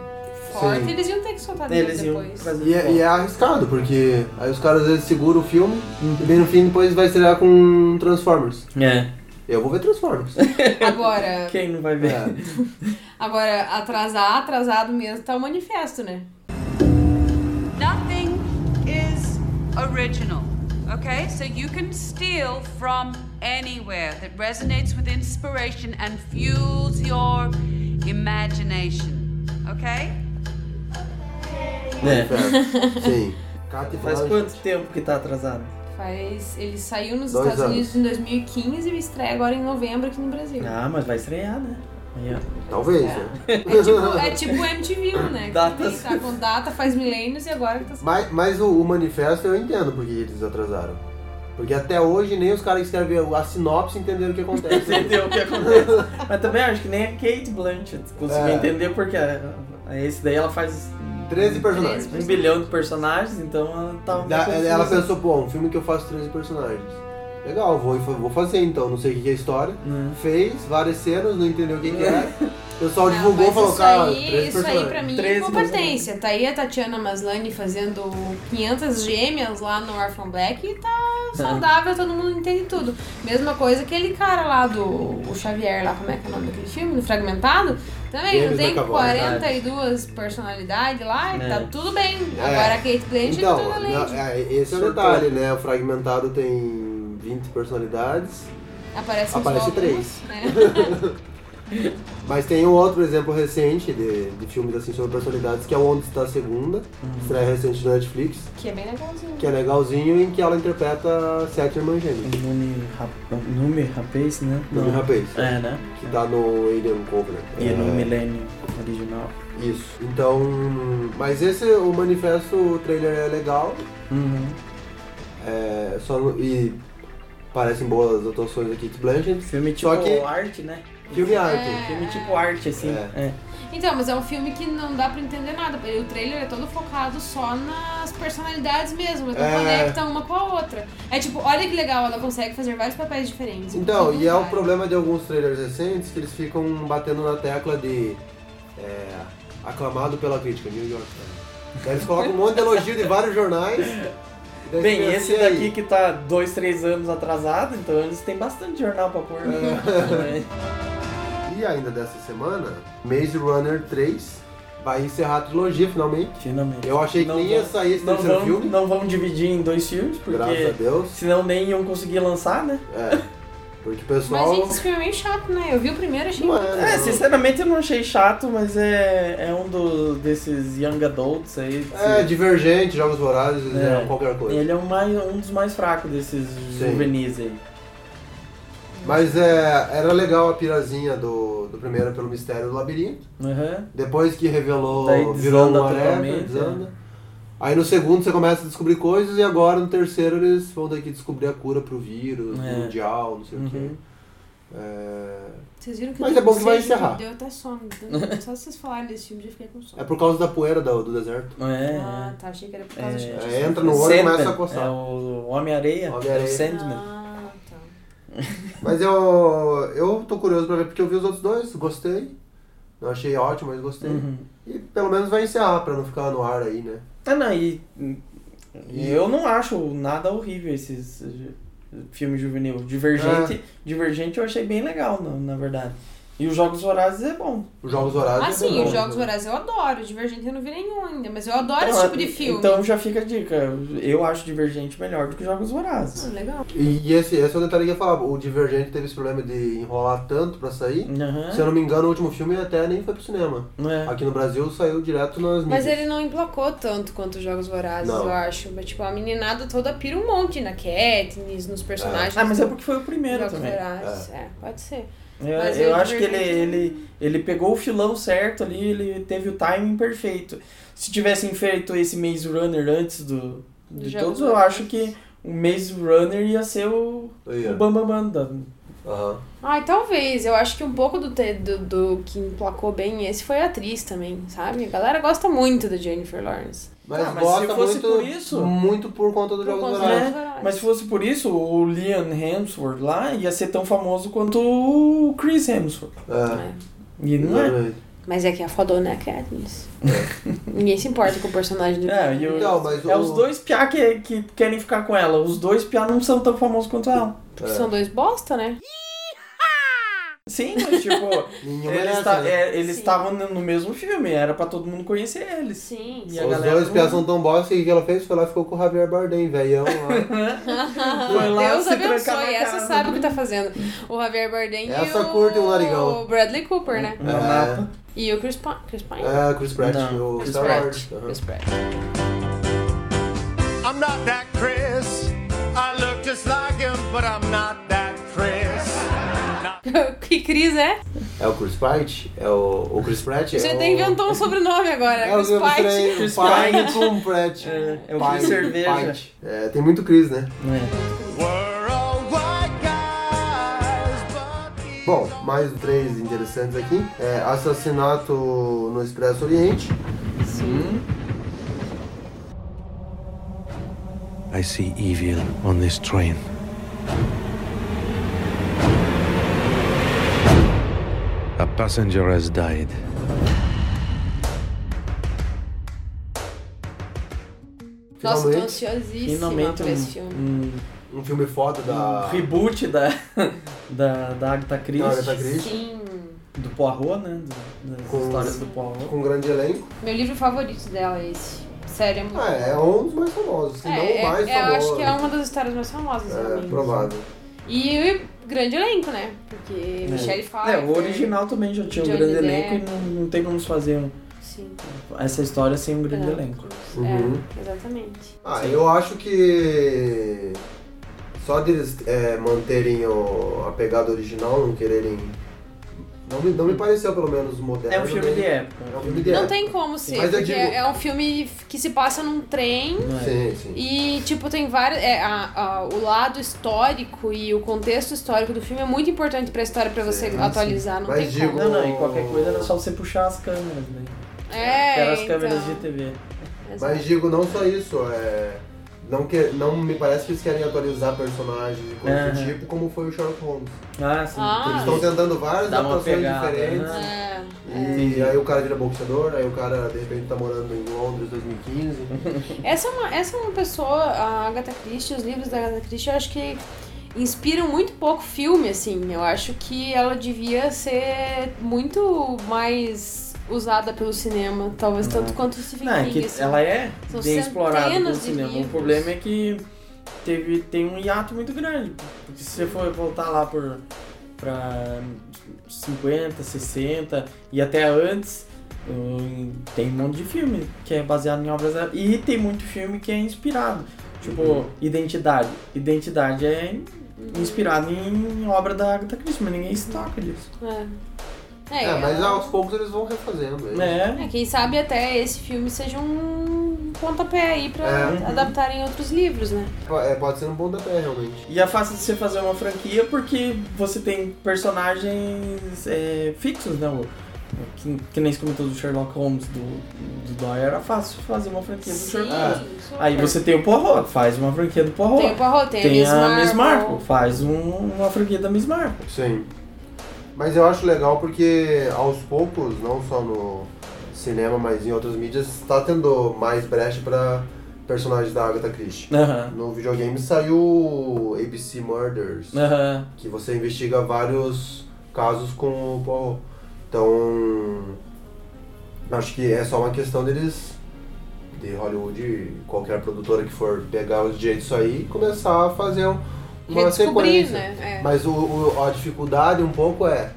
forte, Sim. eles iam ter que soltar Eles iam depois. trazer E é, e é arriscado, porque aí os caras às vezes seguram o filme e bem no fim depois vai estrear com Transformers. É. Eu vou ver Transformers. Agora, Quem não vai ver? É. agora, atrasar, atrasado mesmo, tá o manifesto, né? Nothing is original. Okay? So you can steal from anywhere that resonates with inspiration and fuels your imagination. Okay? É. Sim. Cata e Faz Fala, quanto tempo que tá atrasado? Faz. Ele saiu nos Dois Estados anos. Unidos em 2015 e estreia agora em novembro aqui no Brasil. Ah, mas vai estrear, né? Aí, ó. Talvez, né? É tipo, é tipo o MTV, né? Que Datas. Tá com data faz milênios e agora que tá Mas, mas o, o manifesto eu entendo porque eles atrasaram. Porque até hoje nem os caras que escrevem a sinopse entenderam o que acontece. Entendeu o que acontece. mas também acho que nem a Kate Blanchett conseguiu É. entender, porque a- a- esse daí ela faz 13 personagens. um bilhão de personagens, então ela tá um Da- pouco ela confusa. pensou, pô, um filme que eu faço 13 personagens. Legal, vou, vou fazer então, não sei o que que é a história. Hum. Né. Fez várias cenas, não entendeu o que, que era. O pessoal É. Não, divulgou e mas falou, isso cara, 13 aí, isso aí pra personagens. mim é Três incompetência. Tá aí a Tatiana Maslany fazendo 500 gêmeas lá no Orphan Black e tá É. saudável, todo mundo entende tudo. Mesma coisa aquele cara lá do o Xavier, lá como é que é o nome daquele filme, do Fragmentado, também James não tem McAvoy, 42 personalidades lá e É. tá tudo bem. É. Agora a Kate Blanchett Então, é toda não, lente. é, esse é o Surtou. detalhe, né? O fragmentado tem 20 personalidades. Aparece, aparece só três. algumas, né? Mas tem um outro exemplo recente de, de filmes assim sobre personalidades, que é o Onde Está a Segunda, Uhum. estreia recente do Netflix, que é bem legalzinho. que é legalzinho, em que ela interpreta sete irmãs O gêmeas, Um Nome, rap... um nome rapaz, né? do Um Nome Rapaz, É, né? que tá no Alien Covenant. E É, no milênio original. Isso. Então, mas esse, o manifesto, o trailer é legal, Uhum. é, só, no- e parecem boas atuações da Kate Blanchett. Filme tipo Só que- arte, né? Filme arte. Filme tipo arte, assim. É. É. Então, mas é um filme que não dá pra entender nada. porque O trailer é todo focado só nas personalidades mesmo. Elas não É. conectam uma com a outra. É tipo, olha que legal, ela consegue fazer vários papéis diferentes. Então, Tudo e é o vai. problema de alguns trailers recentes que eles ficam batendo na tecla de é, aclamado pela crítica, New York Times. Daí Eles colocam um monte de elogio de vários jornais. Daí Bem, você pensa, esse e Então, é aí? daqui que tá dois, três anos atrasado, então eles têm bastante jornal pra pôr. né? É. E ainda dessa semana, Maze Runner 3 vai encerrar a trilogia finalmente. Finalmente. Eu achei que nem ia sair esse não terceiro vão, filme. Não vão dividir em dois filmes, Graças a porque Deus. senão nem iam conseguir lançar, né? É. Porque o Mas, pessoal. gente, esse filme é meio chato, né? Eu vi o primeiro e achei. Não é, É, não. sinceramente eu não achei chato, mas é, é um do, desses young adults aí. É, desse- divergente, jogos vorazes, É. é, qualquer coisa. Ele é um, mais, um dos mais fracos desses juvenis aí. Mas é, era legal a pirazinha do, do primeiro pelo mistério do labirinto. Aham. Depois que revelou, Daí virou desanda um whatever, totalmente, é. desanda. Aí no segundo você começa a descobrir coisas e agora no terceiro eles vão daqui descobrir a cura pro vírus, É. mundial, não sei o quê. Uhum. É... Vocês viram que Mas eu é bom que vai sei, gente, encerrar. Deu até sono. Só vocês falarem desse filme, já fiquei com sono. é por causa da poeira do, do deserto. É. Ah, tá. Achei que era por causa É. de. É, entra no olho e começa a Sandman, É coçar. o Homem-Areia, Homem-Areia. é o Sandman. Ah, tá. Mas eu, eu tô curioso pra ver, porque eu vi os outros dois, gostei. Não achei ótimo, mas gostei. Uhum. E pelo menos vai encerrar, pra não ficar no ar aí, né? Ah, não, e, e eu não acho nada horrível esses eh, filmes juvenil. Divergente, É. Divergente eu achei bem legal, na, na verdade. E os Jogos Vorazes é bom. Os Jogos Horários. é né? Ah, sim, os Jogos Horários. Vorazes eu adoro. Divergente eu não vi nenhum ainda, mas eu adoro Então, esse é, tipo de filme. Então já fica a dica. Eu acho Divergente melhor do que Jogos Vorazes. Ah, legal. E, e esse, esse é o detalhe que eu ia falar. O Divergente teve esse problema de enrolar tanto pra sair. Se eu Aham. não me engano, o último filme até nem foi pro cinema. É. Aqui no Brasil saiu direto nas mídias. Mas ele não emplacou tanto quanto os Jogos Vorazes, Não. eu acho. Mas, tipo, a meninada toda pira um monte na Katniss, nos personagens. Ah, mas é do porque foi o primeiro Jogos também. Vorazes. É. pode ser. Eu, Mas É, eu o acho que ele, Divergente- ele, ele pegou o filão certo ali, ele teve o timing perfeito. Se tivessem feito esse Maze Runner antes do, Do de Jogos todos, eu Vorazes. acho que o Maze Runner ia ser o, Aí, o ó. Bambambam. da- Aham. Ai, talvez. Eu acho que um pouco do, te- do, do que emplacou bem esse foi a atriz também, sabe? A galera gosta muito da Jennifer Lawrence. Mas, Ah, mas gosta se fosse muito, por isso- muito por conta dos Por Jogos conta Horários. dos Jogos Mas se fosse por isso, o Liam Hemsworth lá ia ser tão famoso quanto o Chris Hemsworth. É, E não é. exatamente. Mas é que a fodona é a Katniss. Ninguém se importa com o personagem do É, e o- Então, mas é o- os dois piá que, que querem ficar com ela. Os dois piá não são tão famosos quanto ela. é. Porque são dois bosta, né? Sim, mas tipo... Nenhum Eles, merece, esta- né? é, eles Sim. estavam no no mesmo filme, era pra todo mundo conhecer eles. Sim. E a Os galera dois não- piadas são tão bosta que o que ela fez foi lá e ficou com o Javier Bardem, velhão. lá. Foi lá Deus se trancar na abençoe, essa casa. sabe o que tá fazendo. O Javier Bardem Essa e o... curte um narigão. o Bradley Cooper, né? Na Napa. E o Chris, Pa- Chris Pine? É, Chris Pratt, Não, o Chris Star Wars. Pratt. Aham. Chris Pratt. I'm not that Chris. I look just like him, but I'm not that Chris. que Cris é? É o Chris Pratt? É o, o Chris Pratt? Você é até o... inventou um sobrenome agora, É o Chris Chris Pratt. Pine. O Chris Pine Pratt. com Pratt. É, é o Pine, Chris Cerveja. Pint. É, tem muito Chris, né? É. We're all white guys, but he's Bom, mais três interessantes aqui. É, assassinato no Expresso Oriente. I see evil on this train. A passenger has died. Nossa, tô Finalmente. ansiosíssima Finalmente pra esse filme. um, Um filme foda um da... reboot da, da, da Agatha da Christie, Agatha Christie. Sim. do Poirot, né? Do- das Com- histórias do Poirot. Com um grande elenco. Meu livro favorito dela é esse. Sério, é muito Ah, é um dos mais famosos, se É, não o mais é, eu famoso. acho que é uma das histórias mais famosas, É, realmente. provável. E o grande elenco, né? Porque Michelle Pfeiffer... É, o original também já tinha um Johnny grande Depp. elenco e não, não tem como se fazer um- Sim. essa história sem um grande elenco. Uhum. É, exatamente. Ah, eu acho que só deles é, manterem o- a pegada original, não quererem. Não me, não me pareceu, pelo menos, moderno. É um filme né? de época. É um filme de Não época. tem como ser, Mas eu porque digo- é um filme que se passa num trem Não é. Sim, sim. e, tipo, tem várias... é, a- a- o lado histórico e o contexto histórico do filme é muito importante pra história, pra você Sim, sim. atualizar, não Mas tem digo- como. Não, não, e qualquer coisa era só você puxar as câmeras, né? É, Era as então, câmeras de TV. exato. Mas digo, não só isso, é. Não, que, não me parece que eles querem atualizar personagens e coisas do Aham. tipo, como foi o Sherlock Holmes. Ah, sim. Ah, Eles estão tentando várias Dá uma adaptações pegada, diferentes. né? É, E aí o cara vira boxeador, aí o cara de repente tá morando em Londres 2015. Essa é uma, essa é uma pessoa, a Agatha Christie, os livros da Agatha Christie, eu acho que inspiram muito pouco filme, assim. Eu acho que ela devia ser muito mais usada pelo cinema, talvez tanto quanto o Stephen Não, é King. que assim. ela é São bem explorada centenas pelo de cinema. livros. O problema é que teve, tem um hiato muito grande. Porque se você for voltar lá por, pra 50, 60 e até antes, hum, tem um monte de filme que é baseado em obras. E tem muito filme que é inspirado. Tipo, Identidade. Identidade é inspirado em obra da Agatha Christie, mas ninguém se toca disso. É, É, é, mas aos poucos eles vão refazendo. eles- É. é, quem sabe até esse filme seja um pontapé aí pra Uhum. adaptarem outros livros, né? É, pode ser um pontapé, realmente. E é fácil de você fazer uma franquia porque você tem personagens é, fixos, né? O- Que, que nem se comentou do Sherlock Holmes, do, do Doyle, era fácil fazer uma franquia do Sim, Sherlock Holmes. super. Ah, Aí você tem o Poirot, faz uma franquia do Poirot. tem o Poirot, tem, Tem a Miss Marple. Marple, faz um- uma franquia da Miss Marple. Sim. Mas eu acho legal porque aos poucos, não só no cinema, mas em outras mídias, está tendo mais brecha para personagens da Agatha Christie. Aham, No videogame saiu o ABC Murders, aham. que você investiga vários casos com o Paul. Então, acho que é só uma questão deles, de Hollywood, qualquer produtora que for pegar os direitos aí, e começar a fazer um- uma Redescobrir, sequência. né? É. Mas o, o- a dificuldade um pouco é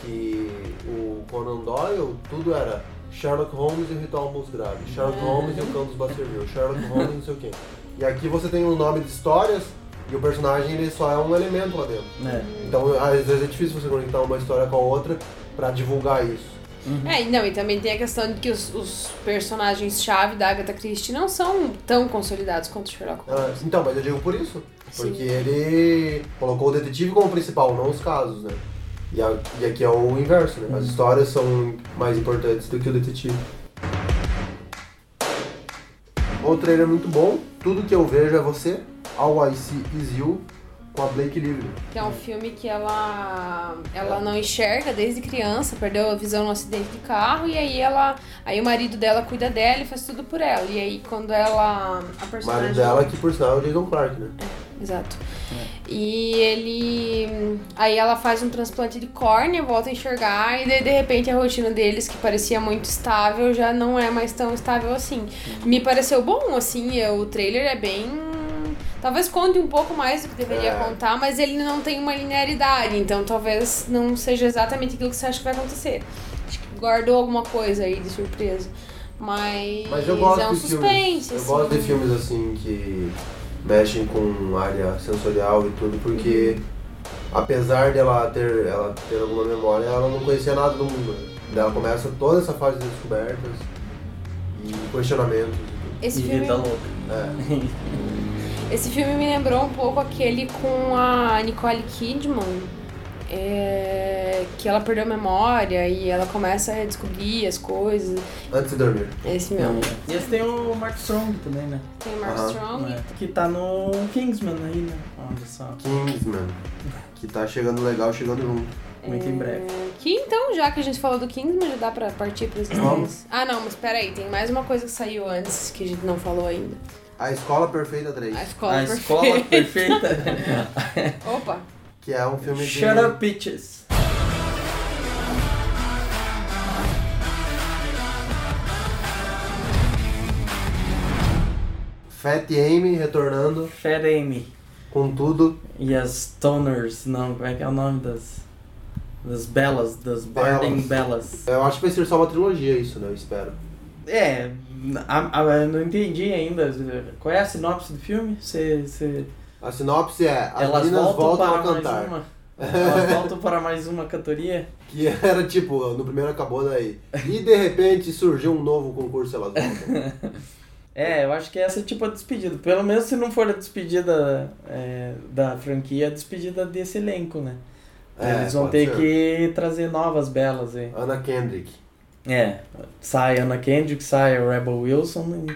que o Conan Doyle, tudo era Sherlock Holmes e o Ritual Musgrave, Ah. Sherlock Holmes e o Cão dos Baskerville, Sherlock Holmes e não sei o quê. E aqui você tem um nome de histórias e o personagem ele só é um elemento lá dentro. É. Então às vezes é difícil você conectar uma história com a outra pra divulgar isso. É, e não, e também tem a questão de que os, os personagens-chave da Agatha Christie não são tão consolidados quanto o Sherlock Holmes. Ah, então, mas eu digo por isso. Sim. Porque ele colocou o detetive como principal, não os casos, né? E, a- e aqui é o inverso, né? As Uhum. histórias são mais importantes do que o detetive. O trailer é muito bom. Tudo que eu vejo é você. All I See Is You com a Blake Lively. Que é um filme que ela, É. ela não enxerga desde criança, perdeu a visão no acidente de carro, e aí ela. Aí o marido dela cuida dela e faz tudo por ela. E aí quando ela. A O personagem. marido dela, que por sinal é o Jason Clark, né? Exato. É. E ele. Aí ela faz um transplante de córnea, volta a enxergar, e daí de repente a rotina deles, que parecia muito estável, já não é mais tão estável assim. Uhum. Me pareceu bom, assim, eu- o trailer é bem. Talvez conte um pouco mais do que deveria É. contar, mas ele não tem uma linearidade, então talvez não seja exatamente aquilo que você acha que vai acontecer. Acho que guardou alguma coisa aí de surpresa. Mas, Mas eu gosto é um de filmes. suspense. Eu gosto de assim. filmes assim que mexem com área sensorial e tudo, porque Uhum. apesar dela ter, ela ter alguma memória, ela não conhecia nada do mundo. né? Daí ela começa toda essa fase de descobertas e questionamentos. e Esse E então filme Rita Louca. tudo. É. Esse filme me lembrou um pouco aquele com a Nicole Kidman, é, que ela perdeu a memória e ela começa a redescobrir as coisas. Antes de dormir. Esse mesmo. E esse tem o Mark Strong também, né? Tem o Mark Aham. Strong. É. Que tá no Kingsman aí, né? Olha só. Kingsman, que tá chegando legal, chegando junto. Muito É, em breve. Que então, já que a gente falou do Kingsman, já dá pra partir pros Vamos. três. Ah não, mas peraí, tem mais uma coisa que saiu antes que a gente não falou ainda. Ah, A Escola Perfeita 3, A escola A escola perfeita. perfeita. Opa! que é um filme de... Shut up, bitches. Fat Amy retornando Fat Amy. com tudo. E as Toners, não, como é que é o nome das. Das belas, das Bardem Belas. Eu acho que vai ser só uma trilogia isso, né? Eu espero. É, a- a- eu não entendi ainda. Qual é a sinopse do filme? Você. você- A sinopse é: as Elas meninas voltam, voltam para a cantar. mais uma. Elas voltam para mais uma cantoria? Que era tipo, no primeiro acabou daí. E de repente surgiu um novo concurso Elas Voltam. É, eu acho que essa é tipo a despedida. Pelo menos se não for a despedida é, da franquia, a despedida desse elenco, né? É, Eles vão pode ter ser. que trazer novas belas aí. Ana Kendrick. É, sai Ana Kendrick, sai o Rebel Wilson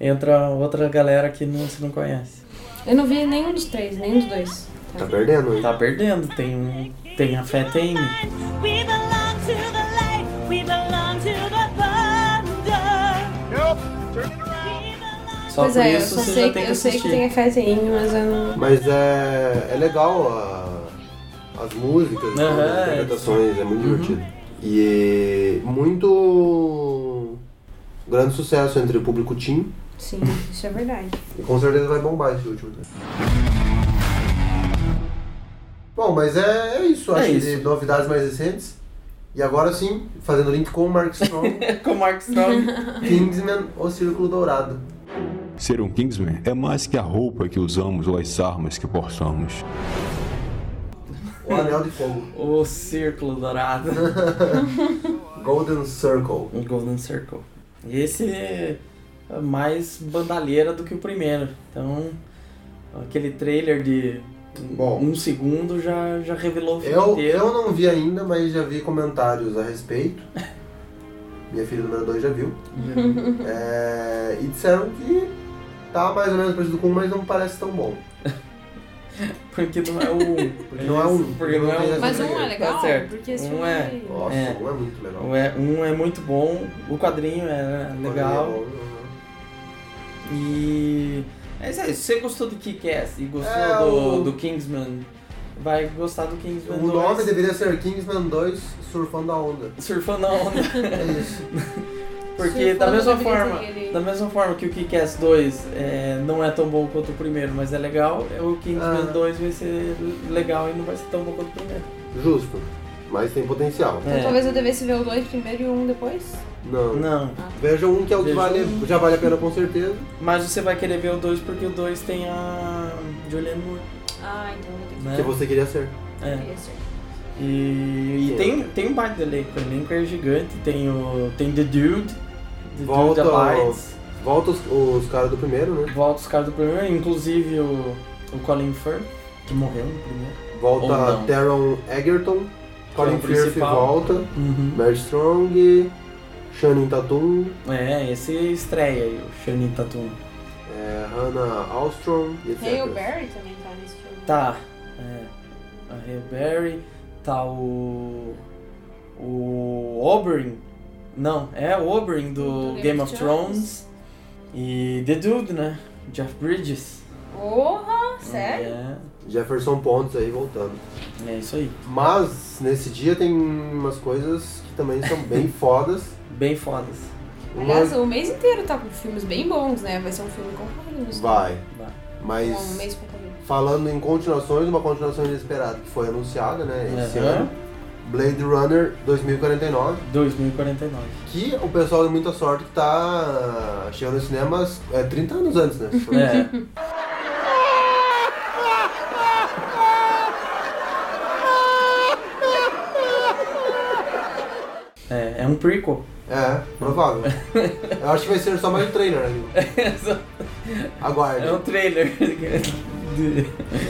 e entra outra galera que não, você não conhece. Eu não vi nenhum dos três, nenhum dos dois. Tá perdendo, hein? Tá perdendo, tem, um- tem a Fat Amy. We belong to the light. We belong to the thunder. Nope, turn it around. We belong Só pois por é, isso eu só você sei, já tem que eu sei assistir. que tem a Fat Amy, mas eu não. Mas é, é legal a- as músicas, tudo, Aham, uhum. as interpretações, é muito divertido. E muito grande sucesso entre o público teen Sim, isso é verdade. E com certeza vai bombar esse último. né? Bom, mas é, é isso. É Acho que isso. de novidades mais recentes. E agora sim, fazendo link com o Mark Strong, Com o Mark Strong. Kingsman, O Círculo Dourado. Ser um Kingsman é mais que a roupa que usamos ou as armas que portamos. O Anel de Fogo. o Círculo Dourado. Golden Circle. O Golden Circle. E esse é mais bandalheira do que o primeiro. Então, aquele trailer de Bom. um segundo já, já revelou o filme Eu, inteiro. eu não vi ainda, mas já vi comentários a respeito. Minha filha número 2 já viu. É, e disseram que tá mais ou menos parecido com um, mas não parece tão bom. Porque não é o. Porque não é um, Isso, porque Porque não não é tem um. essa Mas um é regra. legal, Tá certo. porque esse Um filme é. Nossa, É. um é muito legal. o é- Um é muito bom, o quadrinho é legal. é E. É isso aí. Se você gostou do Kick-Ass e gostou É, do, o- do Kingsman, vai gostar do Kingsman O 2. nome deveria ser Kingsman 2 Surfando a Onda. Surfando a onda. É isso. Porque da Surfando mesma deveria ser forma, aquele- da mesma forma que o Kick-Ass 2 é, não é tão bom quanto o primeiro, mas é legal, o Kingsman Ah. 2 vai ser legal e não vai ser tão bom quanto o primeiro. Justo. Mas tem potencial. Então É. talvez eu devesse ver o dois primeiro e um depois. Não. Não, Veja um que é o que Veja vale, um. já vale a pena com certeza. mas você vai querer ver o 2 porque o 2 tem a Julianne Moore, Ah, então eu vou ter que né? Que você queria ser. É. ver esse. E, e tem, tem um baita do elenco, o elenco é gigante, tem o tem The Dude, The Volta Dude ao- Alliance, Volta os, os caras do primeiro, né? volta os caras do primeiro, inclusive o, o Colin Firth, que morreu no primeiro. Ou Volta não. Teron Egerton, Colin o Firth principal. volta, Mary Strong, Shannon Tatum, É, esse estreia aí, o Shani Tatum. é, Hannah Alstrom, e etc. Hail Berry também tá nesse filme. Tá, é, a Hail Berry, tá o. O Oberyn. Não, é o Oberyn do, Game, of Thrones. E The Dude, né? Jeff Bridges. Porra, sério? Jefferson Pontes aí voltando. É, é isso aí. Mas nesse dia tem umas coisas que também são bem fodas. Bem fodas. é. Uma- Aliás, o mês inteiro tá com filmes bem bons, né? Vai ser um filme concorrido. Vai, Vai. mas Um mês concorrido. falando em continuações, uma continuação inesperada que foi anunciada, né, esse Aham. ano. Blade Runner 2049. 2049. Que o pessoal tem muita sorte que tá chegando nos cinemas é, 30 anos antes, né? É. É, é um prequel. É, provável. Eu acho que vai ser só mais um trailer ali. Aguarde. É um trailer. de-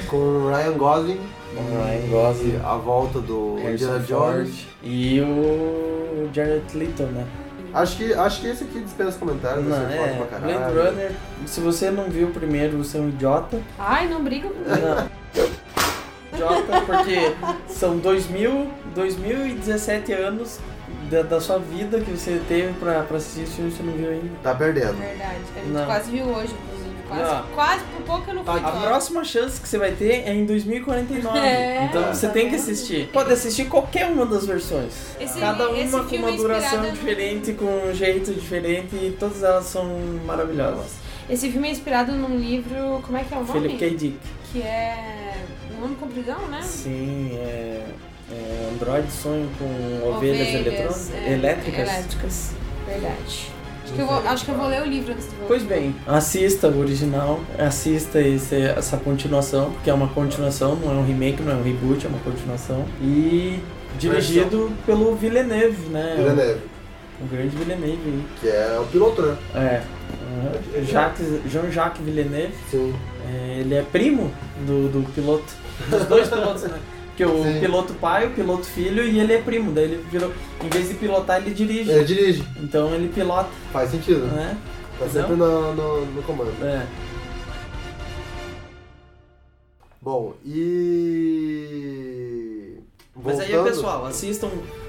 Com Ryan Gosling Ryan e Gosling, a volta do Indiana Harrison Jones. Ford e o Jared Leto, né? Acho que, acho que esse aqui dispensa comentários, vai Não, ser foda pra é, caralho. Blade Runner, se você não viu o primeiro, você é um idiota. Ai, não briga comigo. Não. Idiota, porque são 2000, 2017 anos da, da sua vida que você teve pra, pra assistir esse filme e você não viu ainda. Tá perdendo. é É. Verdade. A gente Não. quase viu hoje, inclusive. Quase, Não. quase por pouco eu não fui. Tá A aqui. embora. próxima chance que você vai ter é em 2049. É, então você tá tem que vendo? assistir. Pode assistir qualquer uma das versões. Esse- Cada uma esse com filme é uma duração inspirado no- diferente, com um jeito diferente e todas elas são maravilhosas. Esse filme é inspirado num livro. Como é que é o nome? Philip K. Dick. Que é. Um nome compridão, né? Sim, é. é Android sonho com ovelhas, eletrônicas, é, elétricas. Elétricas. Verdade. Acho que, eu vou, acho que eu vou ler o livro antes de ver. Pois bem, assista o original, assista esse, essa continuação, porque é uma continuação, não é um remake, não é um reboot, é uma continuação. E dirigido pelo Villeneuve, né? Villeneuve, O grande Villeneuve. é, que é o piloto, né? É. Uhum. Jacques- Jean-Jacques Villeneuve, Sim. é, ele é primo do, do piloto, dos dois pilotos, né? Porque o Sim. piloto pai, o piloto filho e ele é primo. Daí ele virou, em vez de pilotar, ele dirige. Ele dirige, Então ele pilota, faz sentido. né? Tá sempre no, no, no comando. É. Bom, e. Mas aí, Voltando, pessoal, assistam,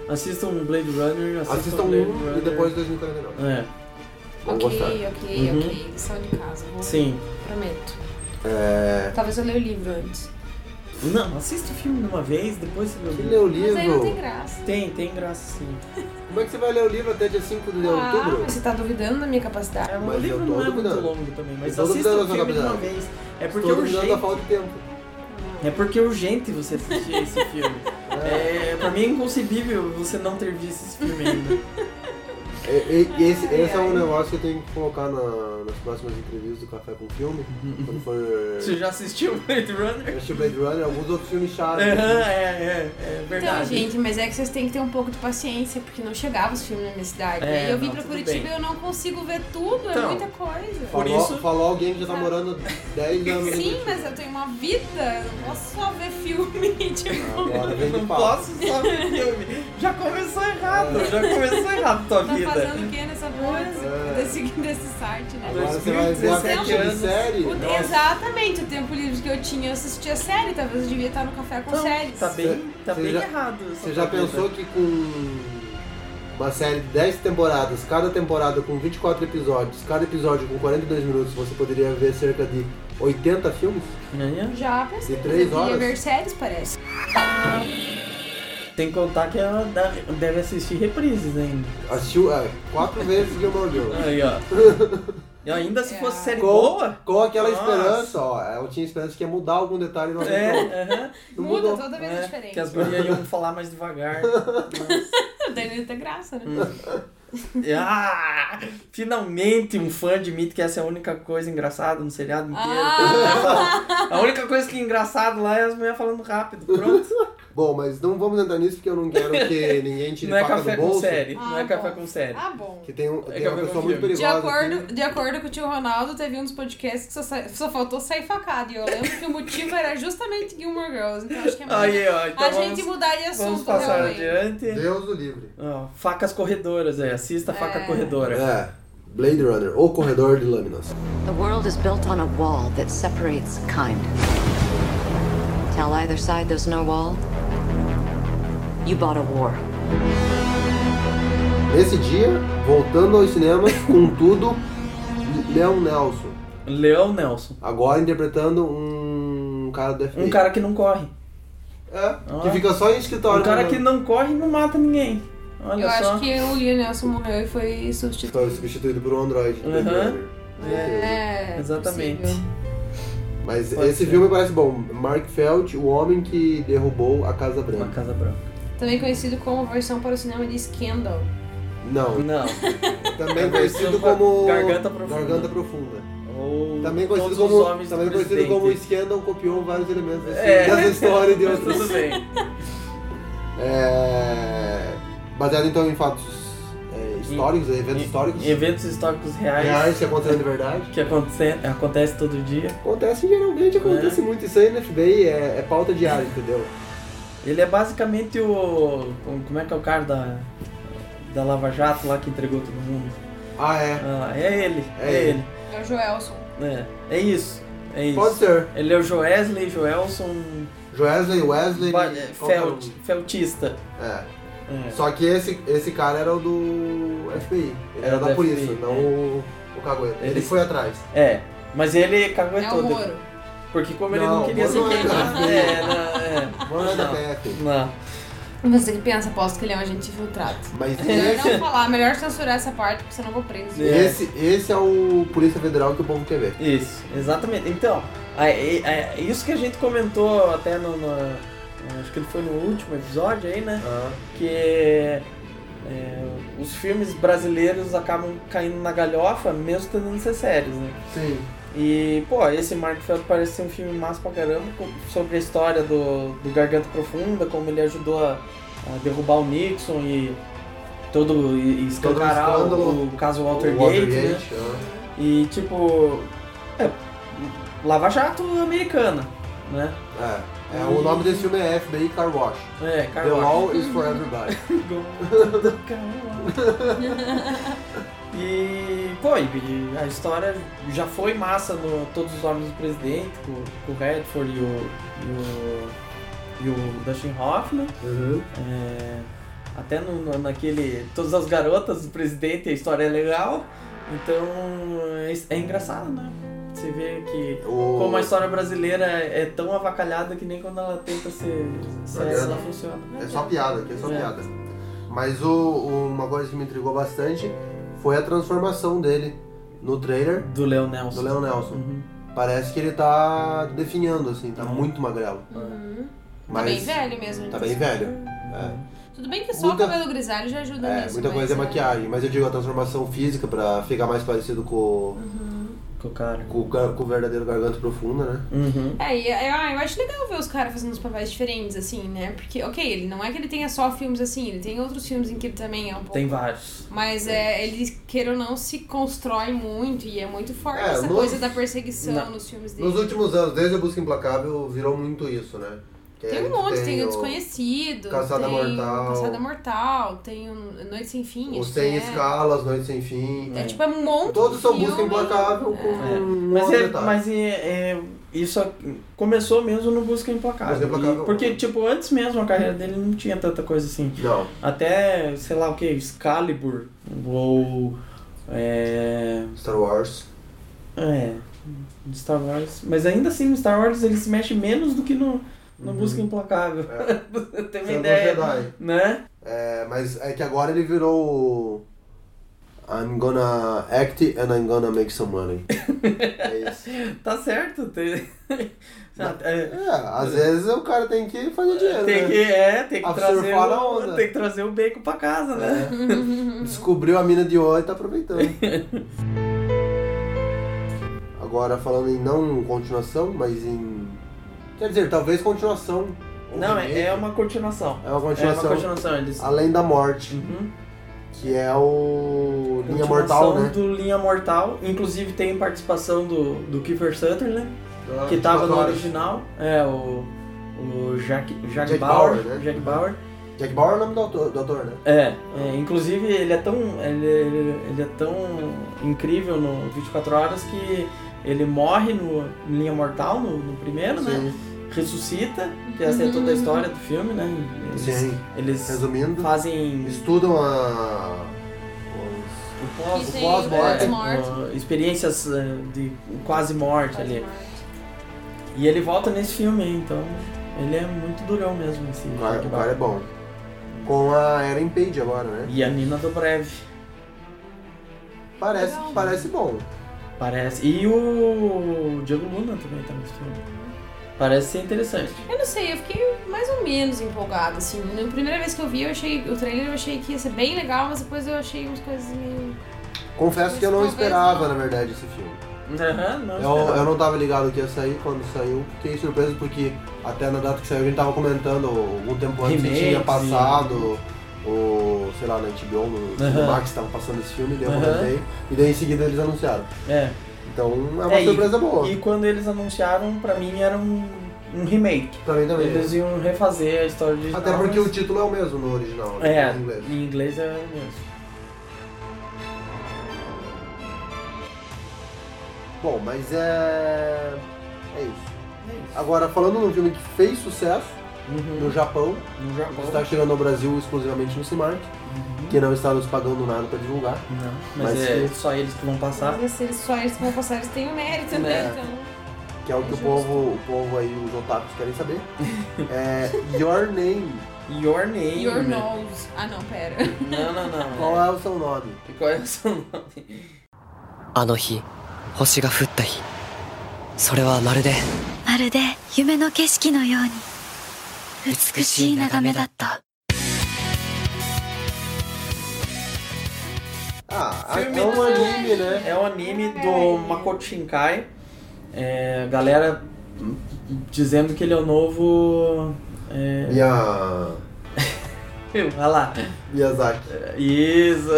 assistam Blade Runner, assistam, Assistam Blade um Runner. e depois 2049. É, Vão Ok, gostar. ok, Uhum. ok. Lição de casa. Vou, sim. Prometo. É, Talvez eu leia o livro antes. Não, assista o filme de uma vez, depois você Você lê o livro. Mas aí não tem graça. Tem, tem graça sim. Como é que você vai ler o livro até dia 5 de Ah, outubro? mas você tá duvidando da minha capacidade. É, mas Mas o livro eu tô não é muito duvidando. longo também, mas Eu tô assista duvidando o da sua filme de uma capacidade. vez. É porque é Todo mundo dá urgente. falta de tempo. É porque é urgente você assistir esse filme. É, pra mim é inconcebível você não ter visto esse filme ainda. E- Ah, e- e esse, esse é um negócio que eu tenho que colocar na- nas próximas entrevistas do Café com Filme. Uhum, Quando for. Você já assistiu Blade Runner? assistiu Blade Runner, alguns outros filmes chaves. Aham, é, é, é Então, verdade. gente, mas é que vocês têm que ter um pouco de paciência, porque não chegava os filmes na minha cidade. É, Aí eu vim não, pra tudo Curitiba bem. e eu não consigo ver tudo, é Então, muita coisa. Falou, isso- falou alguém que já tá morando 10 anos. em Sim, Curitiba. mas eu tenho uma vida, eu não posso só ver filme, tipo... Agora vem de Eu não pau. posso só ver filme. Já começou errado, já começou errado tua Tá Ah, vida. fazendo Ah. o que nessa coisa? Desse, desse site, né? Agora você vai ver a 2017 caixa de anos. série. O- exatamente, o tempo livre que eu tinha, eu assistia série, talvez eu devia estar no café com Então, séries. tá bem, tá Você bem já- errado. essa Você já tua vida. pensou que com uma série de 10 temporadas, cada temporada com 24 episódios, cada episódio com 42 minutos, você poderia ver cerca de 80 filmes? Né? Já pensei, De mas três eu queria horas? ver séries, parece. Tem que contar que ela dá- deve assistir reprises ainda. Assistiu é, quatro vezes Gilmore Girls. Aí, ó. E ainda se É. fosse série Com, boa. com aquela Nossa. esperança, ó. Ela tinha esperança que ia mudar algum detalhe e não É, mudou. aham. Não Muda, mudou. toda vez é, É, diferente. Que as gurias iam falar mais devagar. Daí não ia ter graça, né? Hum. Ah, finalmente um fã admite que essa é a única coisa engraçada no seriado inteiro. Ah. A única coisa que é engraçado lá é as mulheres falando rápido. Pronto. Bom, mas não vamos entrar nisso porque eu não quero que ninguém tire Não é faca café do com bolso. série. Não é Ah, café bom. com série. Ah, bom. Que tem, um, tem café uma com pessoa muito filme. perigosa. De acordo, né? aqui. de acordo com o tio Ronaldo, teve um dos podcasts que só, sa- só faltou sair facada. E eu lembro que o motivo era justamente Gilmore Girls. Então acho que é mais. Aí, ó. Então a vamos, gente mudaria assunto né, vamos passar realmente. adiante. é Deus o livre. Ó, facas corredoras, é. Assista a faca corredora. É, Blade Runner, ou Corredor de Lâminas. The world is built on a wall that separates kind. Tell either side there's no wall. You bought a war. Nesse dia, voltando aos cinemas, com tudo, Leon Nelson. Leão Nelson. Agora interpretando um cara do FBI. Um cara que não corre. É, que fica só em escritório. Um cara né? que não corre e não mata ninguém. Olha Eu só. acho que o Liam Nelson morreu e foi Foi substituído. substituído por um android. Blade Aham. Runner. Ok. É, Exatamente. possível. Mas Pode esse ser. filme parece bom. Mark Felt, o homem que derrubou a Casa Uma Branca. casa branca. Também conhecido como versão para o cinema de Scandal. Não, Não. também A conhecido versão como Garganta Profunda. Garganta Profunda. Ou Também conhecido todos os como homens do também conhecido como presidente. Scandal copiou vários elementos desse- É. dessa história e de Mas outros. tudo bem. É, baseado então em fatos é, históricos, eventos históricos, Eventos históricos reais. reais que aconteceram de verdade. Que aconte acontece todo dia. Acontece Né? geralmente, acontece muito. Isso aí no FBI é, é pauta diária, entendeu? Ele é basicamente o. como- Como é que é o cara da. Da Lava Jato lá que entregou todo mundo? Ah, é. Ah, é ele. É É, ele. ele. É o Joelson. É, é isso. É isso. Pode ser. Ele é o Joesley, Joelson. Joesley, um. Wesley. Ba- qual que era o- é, Felt, Feltista. É. É. Só que esse, esse cara era o do FBI. Ele era, Era da do polícia, FBI, não é. o, o Cagueta. Ele, Ele- foi atrás. É, mas ele cagou É o todo. Moro. Porque como ele Não, não queria Moro ser não é queimado. nada. É, não, Mano da Não. PF. é. Não. Você que pensa, aposto que ele é um agente infiltrado. Mas Melhor esse, não falar, melhor censurar essa parte, porque senão eu vou preso. É. esse, esse é o Polícia Federal que o povo quer ver. Isso, exatamente. Então, a- a- a- isso que a gente comentou até no, no- Acho que ele foi no último episódio aí, né? Que é, os filmes brasileiros acabam caindo na galhofa, mesmo tentando ser sérios, né? Sim. E, pô, esse Mark Felt parece ser um filme massa pra caramba, co- sobre a história do, do Garganta Profunda, como ele ajudou a, a derrubar o Nixon e todo Todo o e, e escancarar o, escândalo. o caso Walter, O Watergate, Gate, né? ah. E tipo. É, Lava Jato americana, né? É, é, o nome desse filme é FBI Car Wash. É, The Carvalho. Law is for Everybody. E, pô, e a história já foi massa no Todos os Homens do Presidente, com, com o Redford e o, e o, e o Dustin Hoffman. É, até no, no- naquele Todas as Garotas do Presidente, a história é legal. Então, é, é engraçado, né? Você Você vê que como a história brasileira é tão avacalhada que nem quando ela tenta ser séria, ela funciona. É só piada, aqui é só piada. Mas o- o- uma coisa que me intrigou bastante foi a transformação dele no trailer. Do Leon Do Nelson. Leon Nelson. Uhum. Parece que ele tá definhando, assim, tá muito magrelo. Uhum. Tá Mas- bem velho mesmo. Tá bem velho. É. Tudo bem que só Muita- o cabelo grisalho já ajuda É, nisso. muita mas, coisa é maquiagem, mas eu digo a transformação física pra ficar mais parecido com, Uhum. com, é o, cara. com, o gar- com o verdadeiro garganta profunda, né? Uhum. É, e, é, ah, eu acho legal ver os caras fazendo uns papéis diferentes, assim, né? Porque, ok, ele não é que ele tenha só filmes assim, ele tem outros filmes em que ele também é um pouco. Tem vários. Mas é, ele, queira ou não, se constrói muito e é muito forte É, essa nos- coisa da perseguição na- nos filmes dele. Nos últimos anos, desde a Busca Implacável, virou muito isso, né? Que Tem aí um monte, tem, o o- Desconhecido, Caçada tem Mortal. Caçada Mortal, tem o Noite Sem Fim, O acho Sem que é. Escalas, Noite Sem Fim. É tipo, é um monte Todos de são Busca filme. Implacável com É. um Mas, outro é, detalhe. mas é, é, isso começou mesmo no Busca Implacável. Busca Implacável. E- porque, tipo, antes mesmo a carreira dele não tinha tanta coisa assim. Não. Até, sei lá o que, Excalibur ou... é, Star Wars. É, no Star Wars. Mas ainda assim, no Star Wars ele se mexe menos do que no, no Uhum. Busca Implacável. Tem uma Sendo um ideia. Jedi. Né? É, mas é que agora ele virou o I'm gonna act and I'm gonna make some money. É isso. Tá certo. Tem... É, às vezes o cara tem que fazer dinheiro. Tem né? que, é, tem que, Absurfar trazer na o, onda. tem que trazer o bacon pra casa, né? É. Descobriu a mina de ouro e tá aproveitando. Agora falando em não continuação, mas em. Quer dizer, talvez continuação. Ou Não, é, remake. é uma continuação. É uma continuação. É uma continuação. Eles... Hum? Além da morte. Que é o. Linha Mortal, né? do Linha Mortal. Inclusive tem participação do, do Kiefer Sutherland, Ah, que tava no Bauer. original. É, o, o Jack, Jack, Jack Bauer. Bauer, né? Jack Bauer. Jack Bauer é o nome do autor, do autor, né? É, é, inclusive ele é tão. Ele, ele, ele é tão incrível no 24 horas que ele morre no em Linha Mortal, no, no primeiro, né? Ressuscita, que essa é toda a história do filme, né? Eles, Sim. Eles Resumindo, fazem. Estudam a. O pós- Isso o aí, pós-morte. pós-morte. o- experiências eh, de quase morte ali. E ele volta nesse filme, aí, então. Ele é muito durão mesmo, assim. esse O cara, Jack o Bauer. cara é bom. Com a Eren Page agora, né? E a Nina do Breve. Parece, parece bom. Parece. E o Diego Luna também tá nesse filme. Parece ser interessante. Eu não sei, eu fiquei mais ou menos empolgada, assim. Na primeira vez que eu vi, eu achei o trailer, eu achei que ia ser bem legal, mas depois eu achei umas coisas meio. Confesso que eu não Talvez esperava, na verdade, esse filme. Aham, não Eu, esperava. eu não tava ligado que ia sair quando saiu, fiquei surpreso porque até na data que saiu a gente tava comentando algum tempo antes que Remakes tinha e- passado, ou sei lá, na HBO, no Aham. no Max tava passando esse filme, daí eu Aham. comentei, e daí em seguida eles anunciaram. É. Então é uma e- surpresa boa. E quando eles anunciaram, pra mim era um, um remake. Pra mim também. Eles iam refazer a história original. É. Até porque mas- o título é o mesmo no original, né, É, em inglês. em inglês é o mesmo. Bom, mas é. É isso. Agora, falando num filme que fez sucesso Uhum. no Japão, No Japão. está chegando ao tá Brasil exclusivamente no Cinemark, Uhum. que não está nos pagando nada para divulgar. Não, Mas, é que, só eles que vão passar. Mas se eles só eles que vão passar, eles têm o mérito, É. né? Então. que é o que o povo, o povo aí, os otakus querem saber. É Your Name. Your Name. Your nose. Ah não, pera. Não, não, não. Qual é o seu nome? E qual é o seu nome? あの日星が降った日それはまるでまるで夢の景色のように美しい tá 眺めだった Ah, Filme é um do- anime, né? É um anime do Makoto Shinkai. É, galera dizendo que ele é o novo. É... E a. Vai lá. Miyazaki. É. Isso.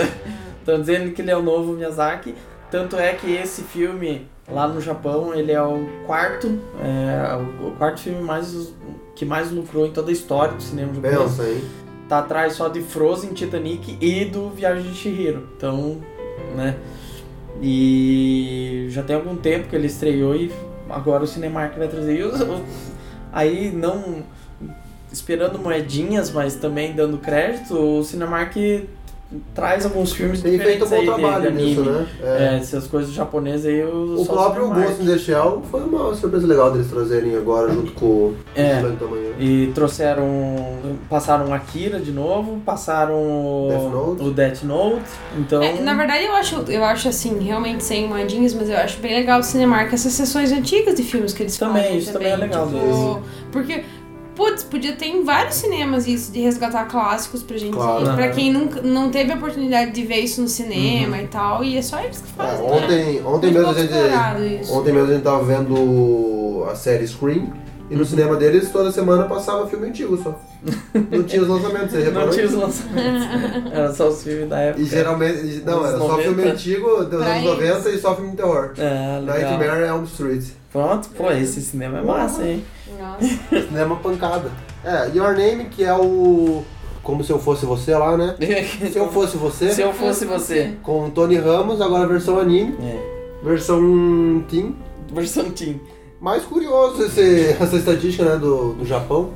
Estão dizendo que ele é o novo Miyazaki. Tanto é que esse filme lá no Japão ele é o quarto, é, o quarto filme mais que mais lucrou em toda a história do cinema japonês. Pensa, hein? Tá atrás só de Frozen, Titanic e do Viagem de Chihiro. Então, né? E já tem algum tempo que ele estreou e agora o Cinemark vai trazer. E os- o- aí não esperando moedinhas, mas também dando crédito, o Cinemark traz alguns filmes Tem feito diferentes um bom aí de- trabalho de nisso, anime. né? É. essas coisas japonesas aí eu O só próprio sei mais. Ghost in the Shell foi uma surpresa legal deles trazerem agora junto com o É. Vigilante da Manhã. E trouxeram. Passaram Akira de novo, passaram o- o Death Note. Então. É, na verdade, eu acho, eu acho assim, realmente sem mandinhas, mas eu acho bem legal o Cinemark essas sessões antigas de filmes que eles Também, fazem. isso também é legal tipo, deles. Porque, putz, podia ter em vários cinemas isso, de resgatar clássicos pra gente Claro. ir. Pra quem nunca, não teve a oportunidade de ver isso no Uhum. cinema e tal, e é só eles que É, fazem. Ah, ontem, ontem, Muito mesmo a pouco explorado gente, isso. ontem mesmo a gente tava vendo a série Scream e Uhum. no cinema deles toda semana passava filme antigo só. Não tinha os lançamentos, você reparou? Não tinha os isso? lançamentos. É. Era só os filmes da época. E geralmente. Não, Dos era só filme 90. antigo dos Pra anos eles. 90 e só filme de terror. É, legal. Nightmare on Elm Street. Pronto, pô, esse cinema é massa, hein? Nossa. Cinema pancada. É, Your Name, que é o. Como se eu fosse você lá, né? se eu fosse você. Se eu fosse você. É. Com o Tony Ramos, agora versão É. anime. Versão Team. Versão Team. Mais curioso esse- essa estatística, né, do, do Japão.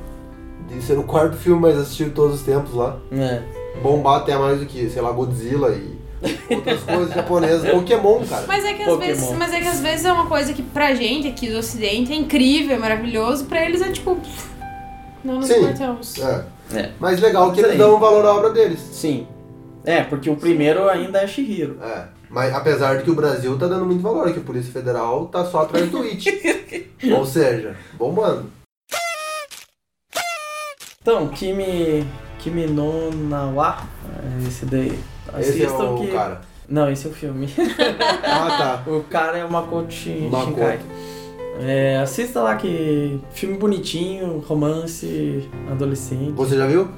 De ser o quarto filme mais assistido de todos os tempos lá. É. Bombar até mais do que, sei lá, Godzilla e outras coisas japonesas. Pokémon, cara. Mas é, que às Pokémon. vezes, mas é que às vezes é uma coisa que pra gente aqui do ocidente é incrível, é maravilhoso, pra eles é tipo. pff, Não nos Sim. importamos. É. É. Mas legal que Isso eles aí. dão valor à obra deles. Sim. É, porque o primeiro ainda é Shihiro. É. Mas apesar de que o Brasil tá dando muito valor, que a Polícia Federal tá só atrás do IT. Ou seja, bombando. Então, Kimi. Kimi no Nawa. Esse daí. Esse é Assistam o que... cara. Não, esse é o filme. Ah, tá. O cara é o Makoto Shin- Makoto. Shinkai. É, assista lá que filme bonitinho, romance, adolescente. Você já viu?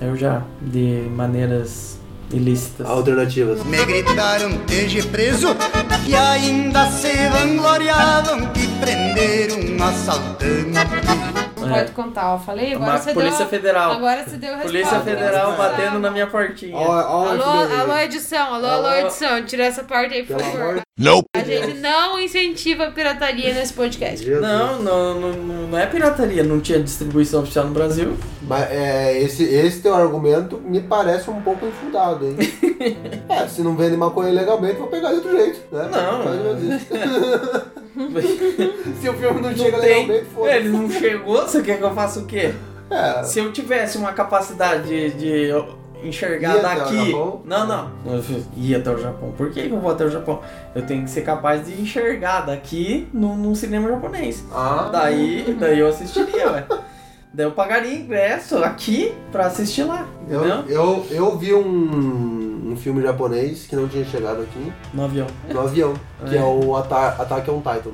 Eu já, de maneiras ilícitas. Ah, Alternativas. Me gritaram desde preso e ainda se vangloriavam que prenderam um assaltante. Pode contar, eu falei, agora Mas você É. Polícia deu. Federal. Agora você deu a É. Polícia resposta. Federal batendo na minha portinha. Alô, alô, edição, alô, alô, Alô. edição, tira essa parte aí, por Pelo amor favor. Nope. A gente não incentiva a pirataria nesse podcast. Não, não, não, não é pirataria, não tinha distribuição oficial no Brasil. Mas é, esse, esse teu argumento me parece um pouco infundado, hein? é, se não vende maconha legalmente, vou pegar de outro jeito, né? Não. Mais ou menos isso. Se o filme não chega tem. legalmente, foda-se. Ele não chegou, você quer que eu faça o quê? É. Se eu tivesse uma capacidade de, de enxergar Ia até o daqui. Japão? Não, não. Eu ia até o Japão. Por que que eu vou até o Japão? Eu tenho que ser capaz de enxergar daqui num, num cinema japonês. Ah. Tá. Daí, daí eu assistiria, ué. Daí eu pagaria ingresso aqui pra assistir lá. Eu, Entendeu? eu, eu vi um, um filme japonês que não tinha chegado aqui. No avião. No avião. Que É. é o Ata Attack on Titan.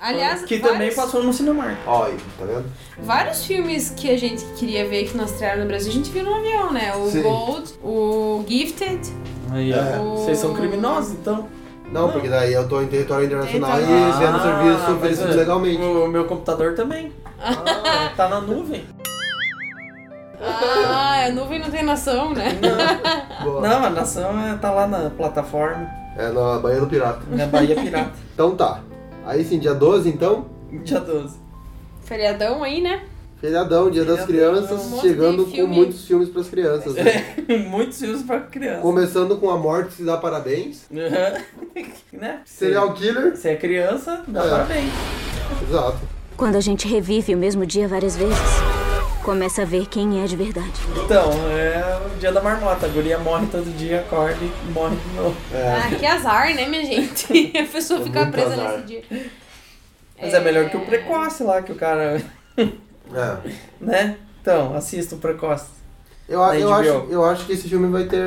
Aliás, que vários- também passou no Cinemark. Ó, aí, tá vendo? Vários filmes que a gente queria ver que nós estrearam no Brasil, a gente viu no avião, né? O Sim. Gold, o Gifted. Aí, É. ó. Vocês são criminosos, então. Não, porque daí eu tô em território internacional Ah, e vendo serviço mas oferecido é, legalmente. O meu computador também. tá na nuvem. Ah, a nuvem não tem nação, né? Não, a nação é- tá lá na plataforma. É na Bahia do Pirata. Na Bahia Pirata. então tá. Aí sim, dia 12 então. Dia 12. Feriadão aí, né? Feriadão, dia das crianças, um monte de chegando com filme. muitos filmes pras crianças. né? Muitos filmes pra criança. Começando com A Morte Se Dá Parabéns. né? Serial Killer. Se é criança, dá É. parabéns. Exato. Quando a gente revive o mesmo dia várias vezes, começa a ver quem é de verdade. Então, é o dia da marmota. A guria morre todo dia, acorda e morre de novo. Ah, que azar, né, minha gente? A pessoa ficar presa azar. nesse dia. Mas é... melhor que o precoce lá, que o cara... Né? Então, assista o precoce. É. Eu, a- Da eu, HBO. acho, eu acho que esse filme vai ter,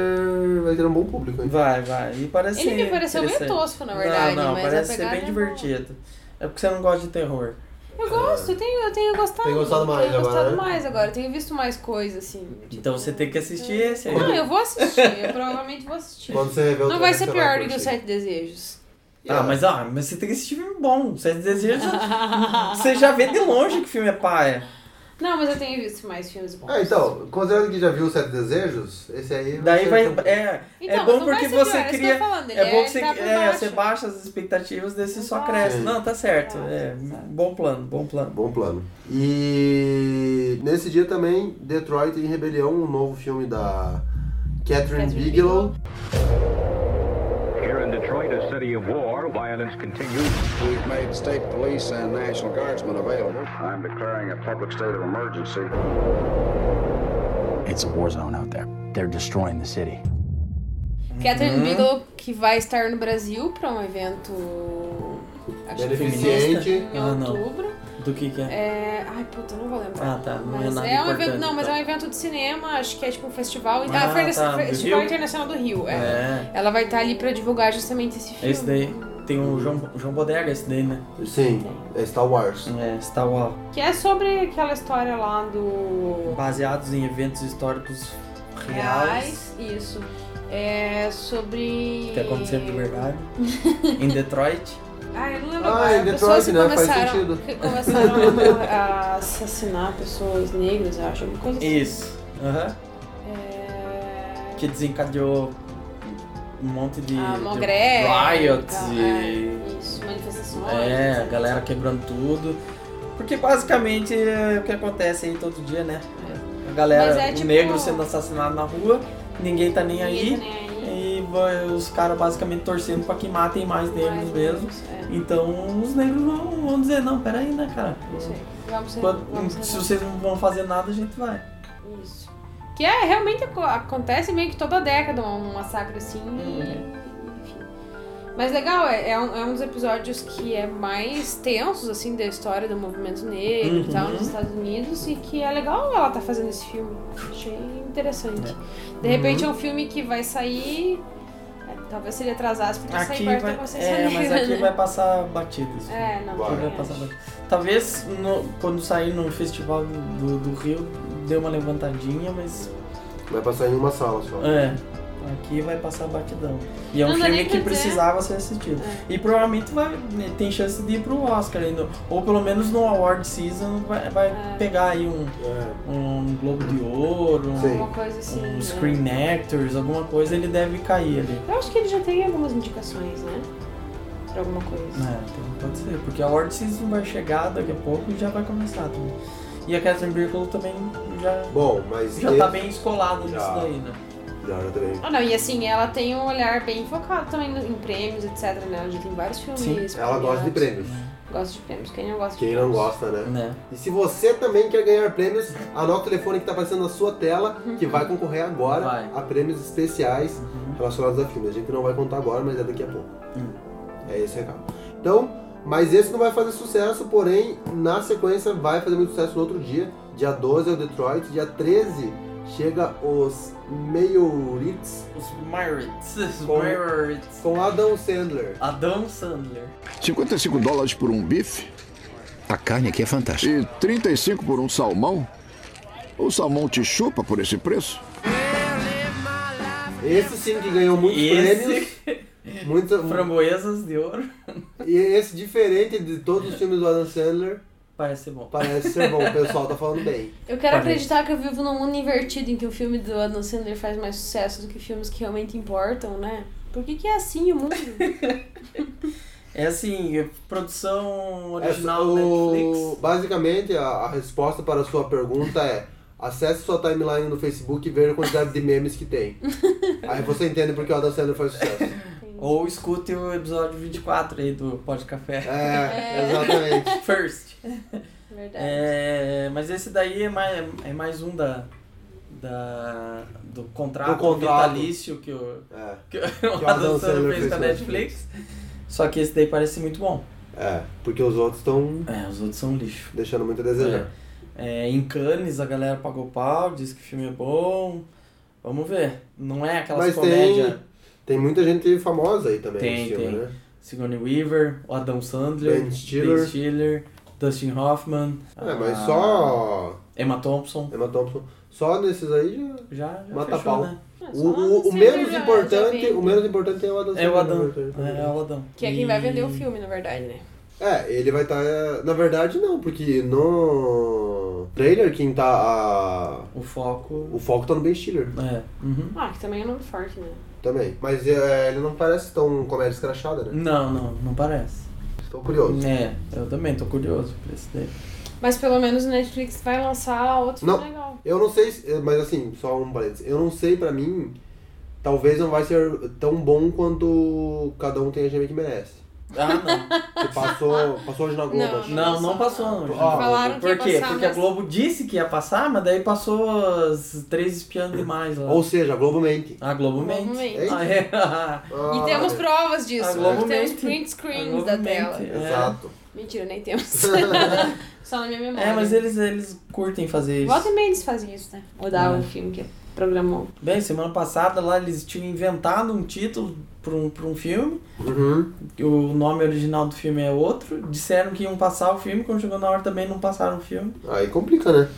vai ter um bom público. Hein? Vai, vai. E parece Ele me pareceu meio interessante. tosco, na verdade, Não, não, mas a parece ser pegada bem é divertido. É porque você não gosta de terror. Eu gosto, eu tenho, eu tenho gostado. Tem É. gostado mais tenho agora, gostado né? mais agora, eu tenho visto mais coisas, assim. É. Então você tem que assistir esse aí. Não, eu vou assistir, eu provavelmente vou assistir. Quando você rever o Não vai trailer, ser você pior vai do que os curtir. Sete Desejos. Ah, mas, ah, mas você tem que assistir filme bom. Você deseja. você já vê de longe que filme é paia. Não, mas eu tenho visto mais filmes bons. Ah, então, considerando que já viu os Sete Desejos, esse aí. Daí ser vai. tranquilo. É, Então, é bom não vai porque ser você pior, é isso que eu cria. tô falando, ele é bom é- que você, tá pra é, baixo. você baixa as expectativas desse só baixo. cresce. Sim. Não, tá certo. É, bom plano, bom plano. Bom plano. E nesse dia também, Detroit em Rebelião, um novo filme um da. Catherine Bigelow. Here in Detroit, a city of war, violence continues. We've made state police and National Guardsmen available. I'm declaring a public state of emergency. It's a war zone out there. They're destroying the city. Catherine Uhum. Bigelow, um que vai estar no Brasil pra um evento. Acho que Beneficente. feminista, Em Ah, não. outubro. Do que que é? É... Ai, puta, eu não vou lembrar. Ah, tá. Não é Mas nada um importante. tá. evento, não, mas é um evento de cinema, acho que é tipo um festival. Ah, Ah, Ferne- tá, do Festival Rio? Internacional do Rio. É. É. Ela vai estar ali pra divulgar justamente esse filme. Esse daí. Tem o João, João Bodega, esse daí, né? Sim, é Star Wars. É, Star Wars. Que é sobre aquela história lá do. Baseados em eventos históricos reais. Reais. Isso. É sobre. Que aconteceram de verdade. em Detroit. Ah, eu não lembro Ah, agora. em Detroit, pessoas que né? Faz começaram, sentido. que começaram a, a assassinar pessoas negras, eu acho, alguma coisa assim. É, Isso. Aham. Que desencadeou um monte de, Ah, uma de greve então, riots e tal, e. é, Isso, manifestações. É, a etc. galera quebrando tudo. Porque basicamente é o que acontece aí todo dia, né? A galera, Mas é o tipo- negro sendo assassinado na rua, ninguém tá nem aí. Ninguém tá nem aí. E vai- os caras basicamente torcendo pra que matem mais negros mesmo. é, Então os negros vão, vão dizer, não, peraí, né, cara? Isso aí. Vamos ser- Quando- vamos ser- se vocês não vão fazer nada, a gente vai. Isso. Que é realmente aco- acontece meio que toda década um massacre assim. e- Uhum. enfim. Mas legal, é, é um, é um dos episódios que é mais tensos assim da história do movimento negro e tal Uhum. nos Estados Unidos e que é legal ela tá fazendo esse filme. Achei interessante. De repente Uhum. é um filme que vai sair. é, Talvez se ele atrasasse, porque Aqui sair perto da vai, consciência é, mas negra, aqui né? vai passar batido. esse filme. É, não, Aqui também vai passar batido. Talvez no- quando sair no festival do, do Rio, dê uma levantadinha, mas Vai passar em uma sala só. É. Aqui vai passar batidão. E é um Não dá filme nem que pra dizer. É. precisava ser assistido. E provavelmente vai, né, tem chance de ir pro Oscar ainda. Ou pelo menos no Award Season vai, vai É. pegar aí um, um Globo de Ouro, um, Alguma coisa assim, um né? Screen Actors, alguma coisa, ele deve cair ali. Eu acho que ele já tem algumas indicações, né? Pra alguma coisa. É, então pode ser, porque a Award Season vai chegar daqui a pouco e já vai começar também. E a Catherine Bigelow também já, Bom, mas. já tá bem escolada nisso Já. daí, né? Já, já tá bem. Ah, não, e assim, ela tem um olhar bem focado também no- em prêmios, etc, né? Onde tem vários filmes. Ela gosta de premiados. prêmios. Gosta de prêmios, quem não gosta de Quem prêmios? não gosta, né? E se você também quer ganhar prêmios, anota o telefone que tá aparecendo na sua tela, que vai concorrer agora a prêmios especiais relacionados a filmes. A gente não vai contar agora, mas é daqui a pouco. Hum. É esse o recado. Então, mas esse não vai fazer sucesso, porém, na sequência vai fazer muito sucesso no outro dia. Dia 12 é o Detroit, dia 13 chega os Mayorits. Os Mayorits. Os Com- Mayorits. Com Adam Sandler. Adam Sandler. 55 dólares por um bife A carne aqui é fantástica. e 35 por um salmão. O salmão te chupa por esse preço? Esse sim que ganhou muitos Esse- prêmios. Muita, Framboesas de ouro. E esse, diferente de todos os filmes do Adam Sandler, parece ser bom. Parece ser bom, o pessoal tá falando bem. Eu quero acreditar que eu vivo num mundo invertido em que o filme do Adam Sandler faz mais sucesso do que filmes que realmente importam, né? Por que, que é assim o mundo? É assim, é produção Essa, original o, Netflix. basicamente, a, a resposta para a sua pergunta é acesse sua timeline no Facebook e veja a quantidade de memes que tem. Aí você entende porque o Adam Sandler faz sucesso. Ou escute o episódio 24 aí do Pode Café. É, exatamente. First. Verdade. É, mas esse daí é mais, é mais um da, da- do contrato, Do contrato. vitalício que o, É, que o o Adam Sandler fez com a Netflix. Só que esse daí parece muito bom. É, porque os outros estão. É, os outros são lixo. Deixando muito a desejar. É, em Cannes a galera pagou pau, diz que o filme é bom. Vamos ver. Não é aquelas Mas comédias. tem, tem muita gente famosa aí também Tem, nesse filme, tem. né? Sigourney Weaver, o Adam Sandler, Ben Stiller. Ben Stiller, Dustin Hoffman. É, mas a- só. Emma Thompson. Emma Thompson. Só nesses aí já. Já, já mata fechou, pau. né? É O, o- o né? menos importante, o menos importante é o Adam É Sandler, o na Adam. verdade. É, é o Adam. Que é quem vai vender o filme, na verdade, né? É, ele vai estar. na verdade, não, porque no trailer quem tá. A... O foco. O foco tá no Ben Stiller. É. Ah, que também é um nome forte, né? Também. Mas é, ele não parece tão comédia escrachada, né? Não, não, não parece. Tô curioso. É, eu também tô curioso pra esse daí. Mas pelo menos o Netflix vai lançar outro filme Não. é, legal. Eu não sei, se- mas assim, só um parênteses. Eu não sei pra mim talvez não vai ser tão bom quanto cada um tem a gema que merece. Ah, não. Que passou, passou hoje na Globo. Não, acho. não, não passou. Não. Ó, Falaram que Por ia quê? passar, né? Porque a mas- Globo disse que ia passar, mas daí passou as três espiando demais lá. Ou seja, a Globo mente. A Globo mente. mente. Ah, é. E temos Ah, provas disso. né? A Globo temos mente. print A screens Globo da mente, tela. é. Exato. Mentira, nem temos. Só na minha memória. É, mas eles, eles curtem fazer isso. Volta e meia eles fazem isso, né? Ou dá É. um filme que programou. Bem, semana passada lá eles tinham inventado um título para um, pra um filme. Uhum. O nome original do filme é outro. Disseram que iam passar o filme, quando chegou na hora também não passaram o filme. Aí complica, né?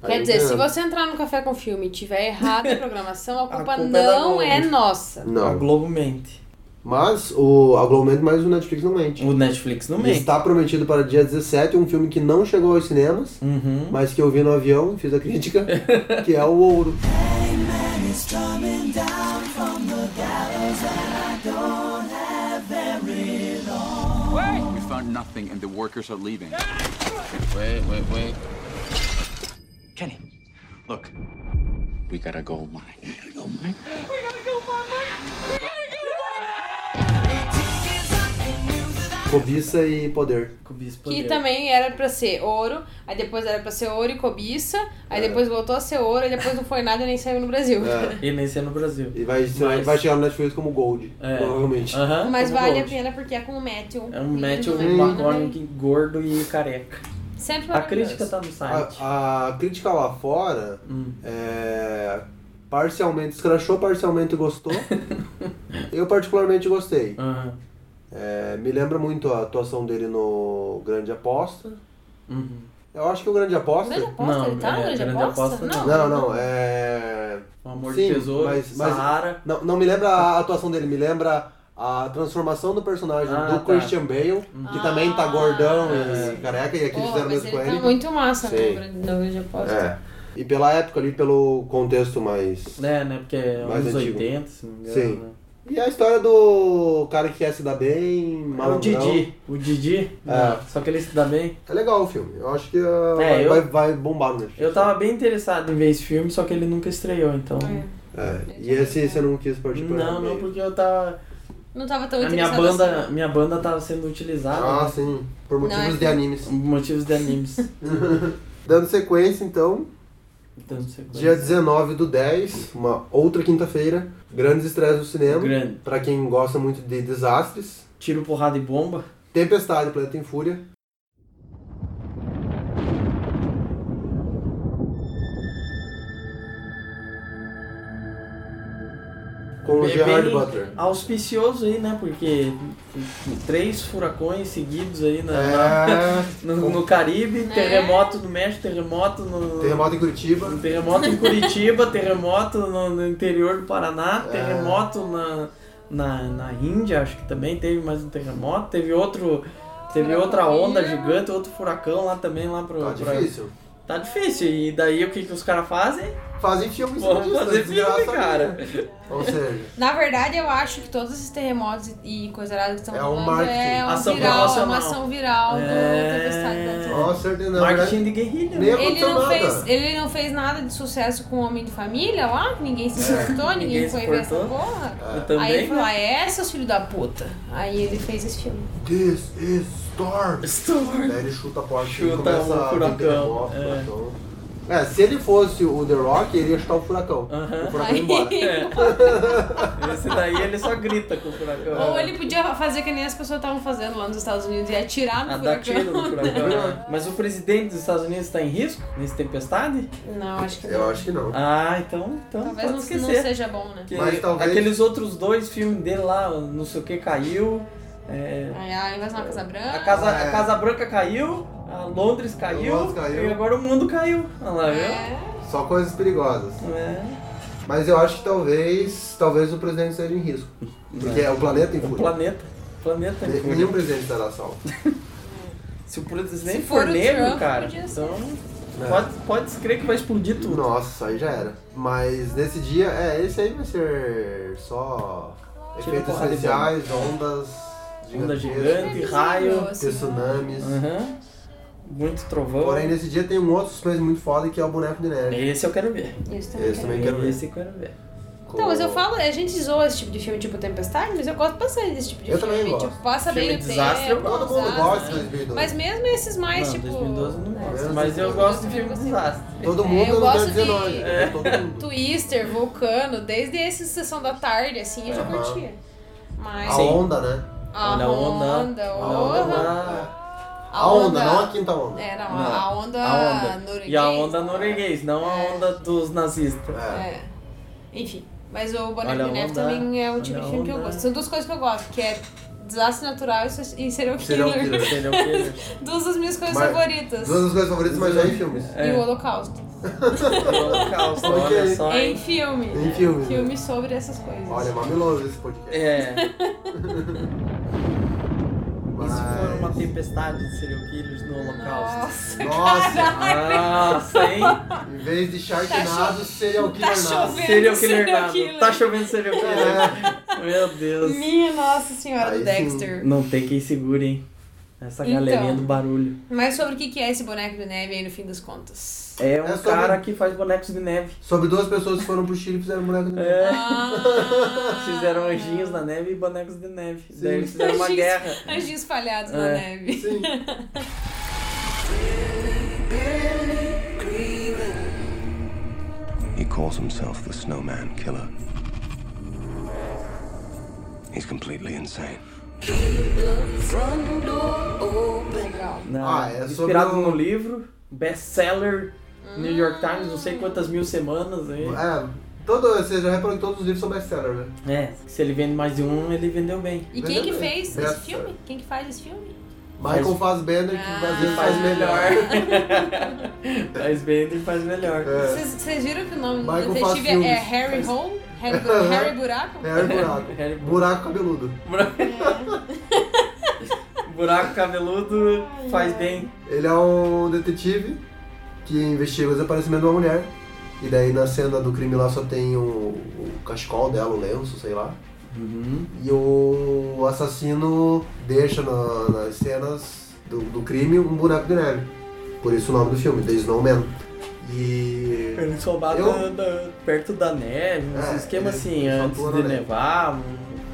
Quer Aí dizer, não é. se tem nada. você entrar no Café com Filme e tiver errado a programação, a culpa, culpa é da não Globo. é, nossa. Não. A Globo mente. Mas o, a Globo mente, mas o Netflix não mente. O Netflix não E mente. Está prometido para dia 17 um filme que não chegou aos cinemas, Uhum. mas que eu vi no avião e fiz a crítica, que é o Ouro. We found nothing and the workers are leaving. Wait, wait, wait. Kenny, look. We got a gold mine. We got a gold mine. Cobiça e Poder. Cobiça e Que também era pra ser ouro, aí depois era pra ser ouro e cobiça, aí É. depois voltou a ser ouro, aí depois não foi nada e nem saiu no Brasil. E nem ser no Brasil. E vai, ser- Mas- vai chegar no Netflix como Gold, É. provavelmente. Aham, Mas como vale a Gold. pena porque é com o Matthew. É um Matthew Lindo, né? Ah, McConaughey gordo e careca. Sempre A crítica tá no site. Hum, A, a crítica lá fora é, parcialmente escrachou, parcialmente gostou. eu particularmente gostei. É, me lembra muito a atuação dele no Grande Aposta. uhum. Eu acho que o Grande Aposta. Grande Aposta? Não, Ele tá no é, Grande Grande Aposta? Aposta não. não. Não, é. O Amor de Tesouro, Sahara. Não, não me lembra a atuação dele, me lembra a transformação do personagem Ah, do tá. É. Christian Bale, que também tá gordão e careca, e aqui Ah. Pô, fizeram mas mesmo ele com tá ele. muito massa no Sim. Grande- no Grande Aposta. É. E pela época ali, pelo contexto mais. É, né? Porque é Mais anos antigo. 80, se não me engano. Sim. né? E a história do cara que quer se dar bem, É o malandrão. Didi. O Didi? É. Não, Só que ele se dá bem. É legal o filme. Eu acho que uh, vai, É, eu- vai, vai bombar no Netflix. Eu tava bem interessado em ver esse filme, só que ele nunca estreou, então. É. E esse você não quis participar? Não, não, porque eu tava. Não tava tão A minha interessada banda, assim. minha banda tava sendo utilizada. Ah, né? sim. Por Não, motivos é de que- animes. Motivos de animes. Dando sequência, então. Dando sequência. Dia 19 do 10, uma outra quinta-feira. Grandes estreias do cinema. Grande. Pra quem gosta muito de desastres. Tiro, porrada e bomba. Tempestade, Planeta em Fúria. Com o Bem- Gerard bem Butler. Auspicioso aí, né? Porque três furacões seguidos aí na, É. no, no Caribe, terremoto no México, terremoto no. Terremoto em Curitiba. Tá Terremoto em Curitiba, terremoto no, no interior do Paraná, É. terremoto na, na, na Índia, acho que também teve mais um terremoto, teve outro. Teve outra onda gigante, outro furacão lá também, lá pro. Tá pra- difícil. Tá difícil. E daí o que, que os caras fazem? Fazem filme em cima Vamos disso, fazer essa filme, desgraça cara. Ou seja, Na verdade, eu acho que todos esses terremotos e e coisa errada que estão É um rolando marketing. é uma Ação viral, é uma promocional. ação viral É. do Tempestade da Terra. nossa, certeza não. Marketing né? de guerrilha. Nem Ele aconteceu não, nada. fez, ele não fez nada de sucesso com o Homem de Família lá, que ninguém se É. importou, ninguém, ninguém se foi ver essa importou. porra. Eu Aí ele também. falou, ah, é, seus filhos da puta. Aí ele fez esse filme. This is Storm. Storm. Daí ele chuta a porta Chuta e começa um a furacão, vender moto, é. furacão. É, se ele fosse o The Rock, ele ia chutar o furacão. O furacão ia embora. É. Esse daí ele só grita com o É. furacão. Ou ele podia fazer que nem as pessoas estavam fazendo lá nos Estados Unidos e atirar no Ah, dá furacão. tiro no furacão. né? Mas o presidente dos Estados Unidos está em risco nessa tempestade? Não, acho que Eu acho que não. Ah, então, então talvez pode não, se- não esquecer. seja bom, né? Porque Mas talvez- Aqueles outros dois filmes dele lá, não sei o que, caiu. é, Aí a invasão à Casa Branca. a, casa, É. a Casa Branca caiu, a Londres caiu, Londres caiu. e agora o mundo caiu. Olha lá, É. Só coisas perigosas. viu? É. Mas eu acho que talvez talvez o presidente esteja em risco. Porque é o planeta em O fúria. planeta. o planeta. Ne- Nenhum presidente estará salvo. Se o presidente Se for, for o negro, Trump, cara, podia ser. então É. pode, pode crer que vai explodir tudo. Nossa, aí já era. Mas nesse dia, é, esse aí vai ser só Tira efeitos porrada de especiais, ondas. Onda gigantescas, gigante, raio. Tsunamis. Aham. Muito trovão. Porém, nesse dia tem um outro suspense muito foda que é o boneco de neve. Esse eu quero ver. Isso também. Esse também quero ver. Esse eu quero ver. Então, mas eu falo, a gente zoa esse tipo de filme, tipo Tempestade, mas eu gosto bastante desse tipo de Eu filme. também gosto. Tipo, passa Filme bem o desastre, eu tempo. gosto. Todo mundo desastre. gosta de 2012. Mas mesmo esses mais, Não, tipo. 2012 eu não gosto, mas eu gosto de filme desastre. Todo É, eu gosto de É. Twister, Vulcano, desde esse Sessão da Tarde, assim, eu já curtia. Mas. A onda, né? A Olha a onda. onda, A orra. onda é- A onda, não a quinta onda. É, não, Não, a onda, norueguês. E a onda norueguês, não a onda dos nazistas. Ah, É. Enfim, mas o Olha Boneco a de Neve onda, também é o tipo olha de a filme que eu onda. gosto. São duas coisas que eu gosto, que é desastre natural e se- e serial um killer. Serial killer, serial killer. duas das minhas coisas Mas- favoritas. Duas das coisas favoritas, mas já em filmes. é. E o Holocausto. Holocausto, Ok. olha só. Em filme. Em né? filme, né? Filme sobre essas coisas. Olha, é mamiloso esse podcast. É. E se for uma tempestade de serial killers no holocausto? Ah, Nossa, caralho. Nossa, hein? Em vez de Sharknado, cho- serial tá killer nada. chovendo Serial killer serial nada. killer. Tá chovendo serial killer. Meu Deus. Minha Nossa Senhora do Dexter. Não tem quem segure, hein? Essa Então. galerinha do barulho. Mas sobre o que que é esse boneco de neve aí no fim das contas? É um É sobre- cara que faz bonecos de neve. Sobre duas pessoas que foram pro Chile e fizeram boneco de neve. É. Ah, Fizeram anjinhos na neve e bonecos de neve. Daí eles fizeram uma Anjinhos- guerra. Anjinhos espalhados na É. neve. He calls himself the Snowman Killer. He's completely insane. Na- Ah, é sobre inspirado o- no livro, best-seller, New York Times, não sei quantas mil semanas. Aí. É, todo, você já reparou que todos os livros são best-seller, né? É, se ele vende mais de um, ele vendeu bem. E quem que fez Best- esse filme? Quem que faz esse filme? Michael Fassbender, que às Ah. vezes faz melhor. faz bem e faz melhor. É. Vocês vocês viram que o nome Michael do faz detetive é- é filmes. Harry Faz- Uhum. Home? Harry, Bu- Harry Buraco? É, Harry Buraco. Harry Buraco. Buraco cabeludo. Buraco cabeludo faz bem. Ele é um detetive que investiga o desaparecimento de uma mulher. E daí na cena do crime lá só tem o, o cachecol dela, o lenço, sei lá. Uhum. E o assassino deixa na- nas cenas do, do crime um buraco de neve. Por isso o nome do filme, The Snowman. E. Eles roubaram da- da- perto da neve, uns É, esquemas eles assim, só antes foram de na neve. nevar, um-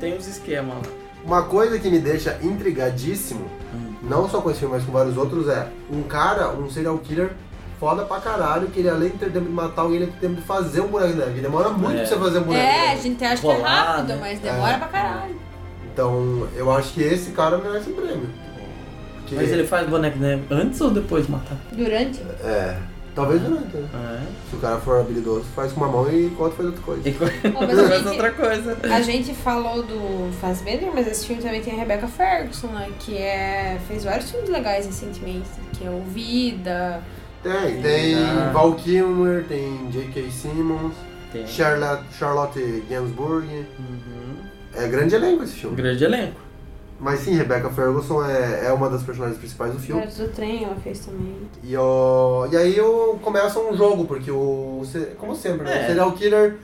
tem uns esquemas lá. Uma coisa que me deixa intrigadíssimo, não só com esse filme, mas com vários outros, é um cara, um serial killer foda pra caralho, que ele além de ter tempo de matar alguém, ele tem tempo de fazer um buraco de neve. Demora muito pra você fazer um buraco de É, a neve. gente acha que é Rolar, rápido, né? mas demora É. pra caralho. Então, eu acho que esse cara merece um prêmio. Porque- Mas ele faz boneco de neve antes ou depois de matar? Durante? É. Talvez não, então. É. Se o cara for habilidoso, faz com uma mão e com a outra faz outra coisa. Pô, mas a gente, outra coisa. A gente falou do Fassbender, mas esse filme também tem a Rebecca Ferguson, né? Que é, fez vários filmes legais recentemente, que é o Vida. Tem, tem Ah. Val Kilmer, tem J.K. Simmons, Tem. Uhum. Charlotte, Charlotte Gainsbourg. É grande elenco esse filme. Grande elenco. Mas sim, Rebecca Ferguson é, é uma das personagens principais do filme. Garotos do Trem ela fez também. E, ó, e aí eu começa um jogo, porque o. se- Como sempre, né? É. O serial killer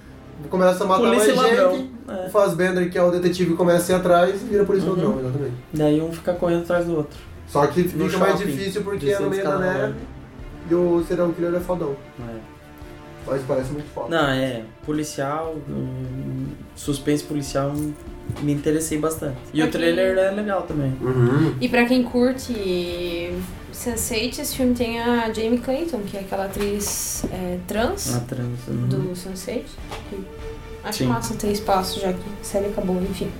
começa a matar Polícia e mais ladrão. gente. O Fassbender, que é o detetive, começa a ir atrás e vira polícia e Uhum. ladrão, exatamente. Daí um fica correndo atrás do outro. Só que No fica mais shopping, difícil porque é descendo no meio da escada, neve e o serial killer é fodão. né? Mas parece muito foda. Não, é. Policial, hum, suspense policial, um, me interessei bastante. E o Aqui. trailer é legal também. Uhum. E pra quem curte Sense8, esse filme tem a Jamie Clayton, que é aquela atriz é, trans Uma trans. uhum. do Sense8. que Acho Sim. massa ter espaço, já que a série acabou, enfim.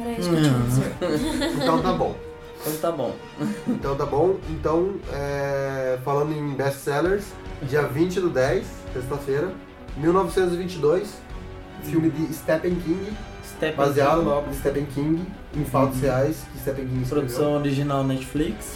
Era isso que eu tinha a Uhum. dizer. Então tá bom. Então tá bom. Então tá bom. Então, é, falando em best-sellers, dia 20 do 10, sexta-feira, 1922, filme de Stephen King, Stephen baseado King. na obra de Stephen King, em fatos reais que Stephen King escreveu. Uhum. Produção original Netflix.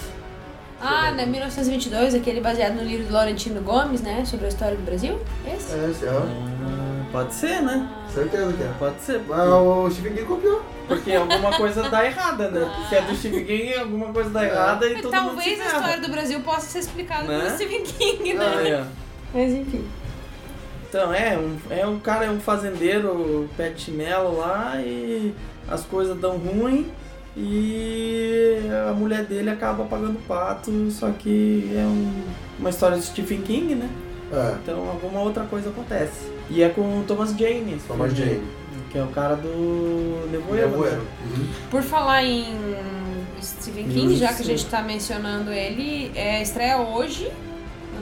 Ah, né? 1922, aquele baseado no livro do Laurentino Gomes, né? Sobre a história do Brasil. Esse? É, esse, ó. Ah, Pode ser, né? Certeza que é. Pode ser. porque- Mas o Stephen King copiou. Porque alguma coisa dá errada, né? Se é do Stephen King, alguma coisa dá errada e todo mundo se É, Talvez a ferra. história do Brasil possa ser explicada Né? pelo Stephen King, né? É. Aí, ó. Mas enfim. é. Então, é, um, é um cara, é um fazendeiro, pé de chinelo lá e as coisas dão ruim e a mulher dele acaba pagando pato, só que é um- uma história de Stephen King, né? É. Então alguma outra coisa acontece. E é com o Thomas Jane. esse Thomas filme, Jane. Que é o cara do um. Nevoeiro. né? Nevoeiro. Por falar em Stephen King, Isso. já que a gente tá mencionando ele, é, estreia hoje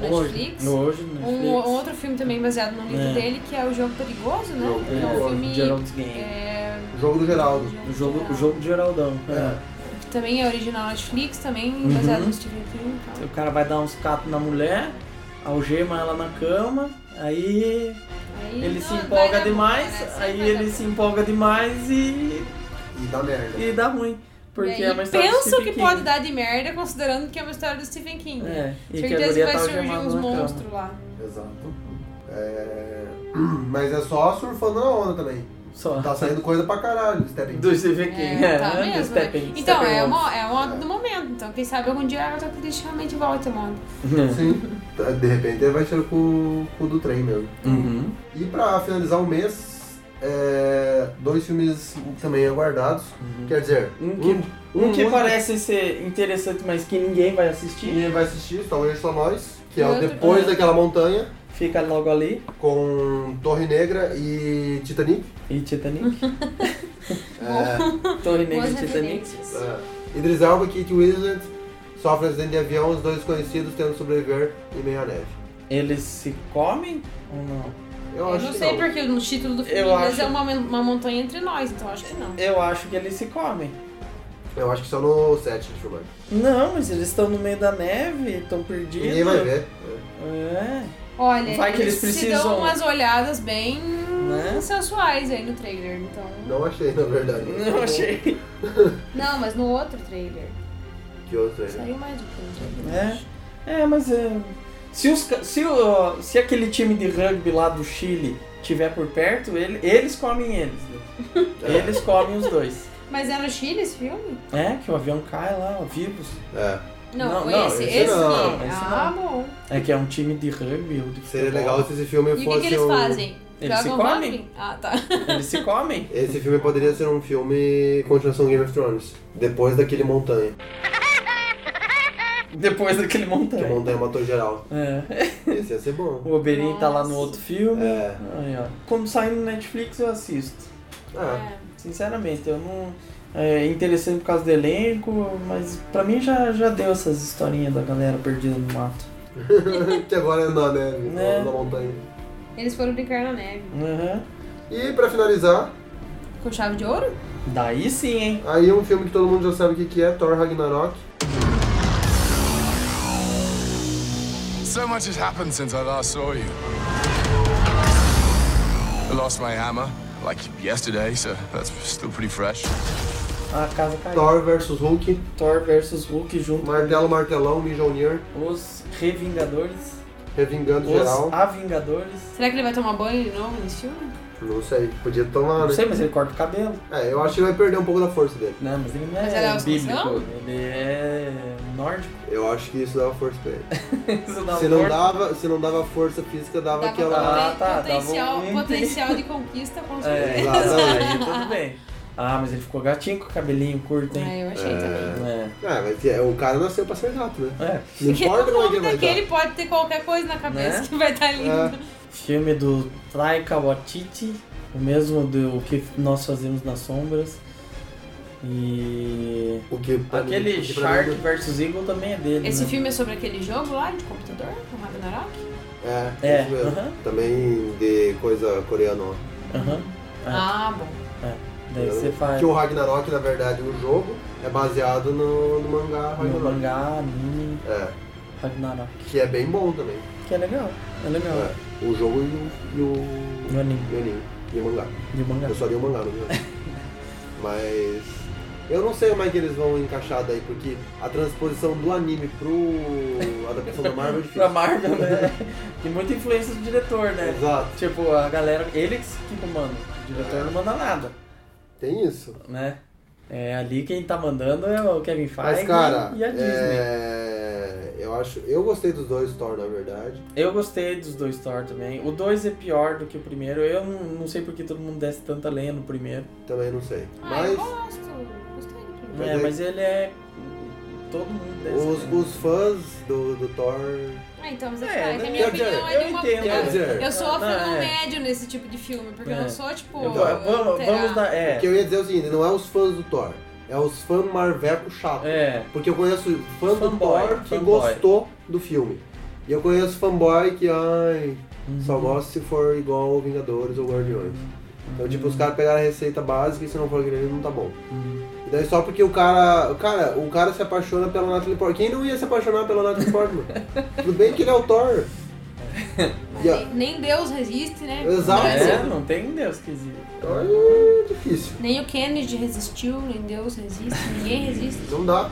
no Hoje. Netflix. Hoje, Um- no Um, Netflix. outro filme também baseado no livro É. dele, que é O Jogo Perigoso, né? Jogo Que é Perigoso, um filme. Gerald's Game. é, Jogo do Geraldo. O jogo, o jogo de Geraldão. É. que também é original Netflix, também Uhum. baseado no Stephen King. então, e tal. O cara vai dar uns catos na mulher, algema ela na cama, aí Aí ele não, se vai empolga dar bom, demais, né? Sempre aí vai dar ele se empolga demais e, E dá merda. e dá ruim. Porque E é uma história do penso Stephen que King. pode dar de merda, considerando que é uma história do Stephen King. É, e que a Certeza que guria vai tá surgir algemada uns na cama. monstros lá. Exato. É, Mas é só surfando na onda também. Só. Tá saindo coisa pra caralho, Stephen King. Do Stephen King, é, tá né? mesmo, do né? Stephen Então, Stephen é Wolf. uma, é uma onda do momento. Então, quem sabe algum dia a Agatha Christie realmente volta, mano. Sim. De repente ele vai tirar com, com o do trem mesmo. Uhum. E pra finalizar o mês, é, dois filmes também aguardados. Quer dizer, Um que, um que único- parece ser interessante, mas que ninguém vai assistir. Ninguém vai assistir, talvez só nós. Que é E o outro Depois que- daquela montanha, Fica logo ali. com Torre Negra e Titanic. E Titanic. Uhum. Torre Negra e Titanic. É. Idris Elba e Kate Winslet sofrem acidente de avião, os dois conhecidos tendo sobreviver em meio à neve. Eles se comem ou não? Eu, Eu acho não que sei não. porque no título do filme Eu mas acho- é uma, uma montanha entre nós, então acho que não. Eu acho que eles se comem. Eu acho que só no set de filmagem. Não, mas eles estão no meio da neve, estão perdidos. Ninguém vai ver. É. Olha, Vai que eles se precisam- dão umas olhadas bem Né? sensuais aí no trailer, então. Não achei, na verdade. Não achei. Não, mas no outro trailer. Que outro aí. Saiu mais do que um trailer. É, é mas é, se, os, ca- se, o- se aquele time de rugby lá do Chile tiver por perto, ele- eles comem eles. né? Eles comem os dois. Mas é no Chile esse filme? É, que o avião cai lá, ó, vivos. É. Não, Não, foi não, esse. esse Esse não, não. esse ah, bom. É que é um time de rugby ou de Seria futebol. legal se esse filme E fosse o que, que eles um- fazem? Eles se Jogam comem? rugby? Ah, tá. Eles se comem. Esse filme poderia ser um filme continuação Game of Thrones. Depois daquele montanha. Depois daquele Que a montanha. montanha matou geral. É. Esse ia ser bom. O Oberyn tá lá no outro filme. É. Aí, ó. Quando sai no Netflix eu assisto. É. Ah, Sinceramente, eu não. É interessante por causa do elenco, mas pra mim já, já deu essas historinhas da galera perdida no mato. que agora é na neve, É. na- na montanha. Eles foram brincar na neve. Uhum. E pra finalizar, Com chave de ouro? Daí sim, hein? aí um filme que todo mundo já sabe o que que é, Thor Ragnarok. So much has happened since I last saw you. I lost my hammer, like yesterday, so that's still pretty fresh. A casa caiu. Thor Thor, vs Hulk, versus Hulk junto Martelo, Martelão, Mjolnir, os Revingadores. Revingando Os Geral. Avingadores. Será que ele vai tomar banho de novo nesse filme? Não sei, podia tomar, Não né? sei, mas ele corta o cabelo. É, eu acho que vai perder um pouco da força dele. Não, mas ele não Mas é, ele é escocão? bíblico. Ele é nórdico. Eu acho que isso dava força pra ele. Isso dá Se não amor. dava, se não dava força física, dava Dava aquela... Ah, tá, potencial, dava um- potencial de conquista com É, certeza. Exatamente. aí tudo bem. Ah, mas ele ficou gatinho com o cabelinho curto, Ah, hein? eu achei também. É. Ah, mas é, o cara nasceu pra ser gato, né? É. Não Porque importa como é que todo ele vai É, mundo que dar. ele pode ter qualquer coisa na cabeça Né? que vai estar lindo. Filme do Taika Waititi, o mesmo do que nós fazemos nas sombras. E O que pra mim- aquele o que pra Shark mim- vs Eagle também é dele. Esse né? filme é sobre aquele jogo lá de computador, o Ragnarok? É, É, isso mesmo. aham. Também de coisa coreana. ó. Aham. É. Ah, bom. É. Daí você faz Que o Ragnarok, na verdade, o jogo é baseado no, no mangá no Ragnarok. mangá, anime, É, Ragnarok. que é bem bom também. Que é legal. É legal. É, o jogo e o, e o, No anime. e o anime. E o mangá. De mangá. Eu só li o mangá, não vi o anime. Mas eu não sei como é que eles vão encaixar daí, porque a transposição do anime pro a adaptação da Marvel é difícil. Pra Marvel, né? Tem muita influência do diretor, né? Exato. Tipo, a galera, ele que que comanda. O diretor não manda nada, Tem isso. né? É, ali quem tá mandando é o Kevin Feige Mas, cara, e a Disney. é, eu acho. Eu gostei dos dois Thor, na verdade. Eu gostei dos dois Thor também. O dois é pior do que o primeiro. Eu não, não sei porque todo mundo desce tanta lenha no primeiro. Também não sei. Ah, Mas eu gosto. Gostei do filme. Mas É, é- mas ele é... Todo mundo desce os, lenha. os fãs do, do Thor Ah, então, mas é, É, que tá, é que a né? minha Quer dizer, opinião é eu de uma. entendo. Quer dizer- eu sofro Não, um é. Então, médio nesse tipo de filme, porque eu É. não sou, tipo. vamos dar- é. Porque eu ia dizer o seguinte, não é os fãs do Thor, é os fãs marveco chato. É. Porque eu conheço fã do Fanboy, Thor que fanboy. gostou do filme. E eu conheço fanboy que, ai, Uhum. só gosta se for igual ao Vingadores ou Guardiões. Então, tipo, os caras pegaram a receita básica e se não for aquele não tá bom. E daí só porque o cara. Cara, o cara se apaixona pela Natalie Portman. Quem não ia se apaixonar pela Natalie Portman? Tudo bem que ele é o Thor. E a- Nem Deus resiste, né? Exato. É, não tem Deus que existe. É difícil. Nem o Kennedy resistiu, nem Deus resiste, ninguém resiste. Não dá.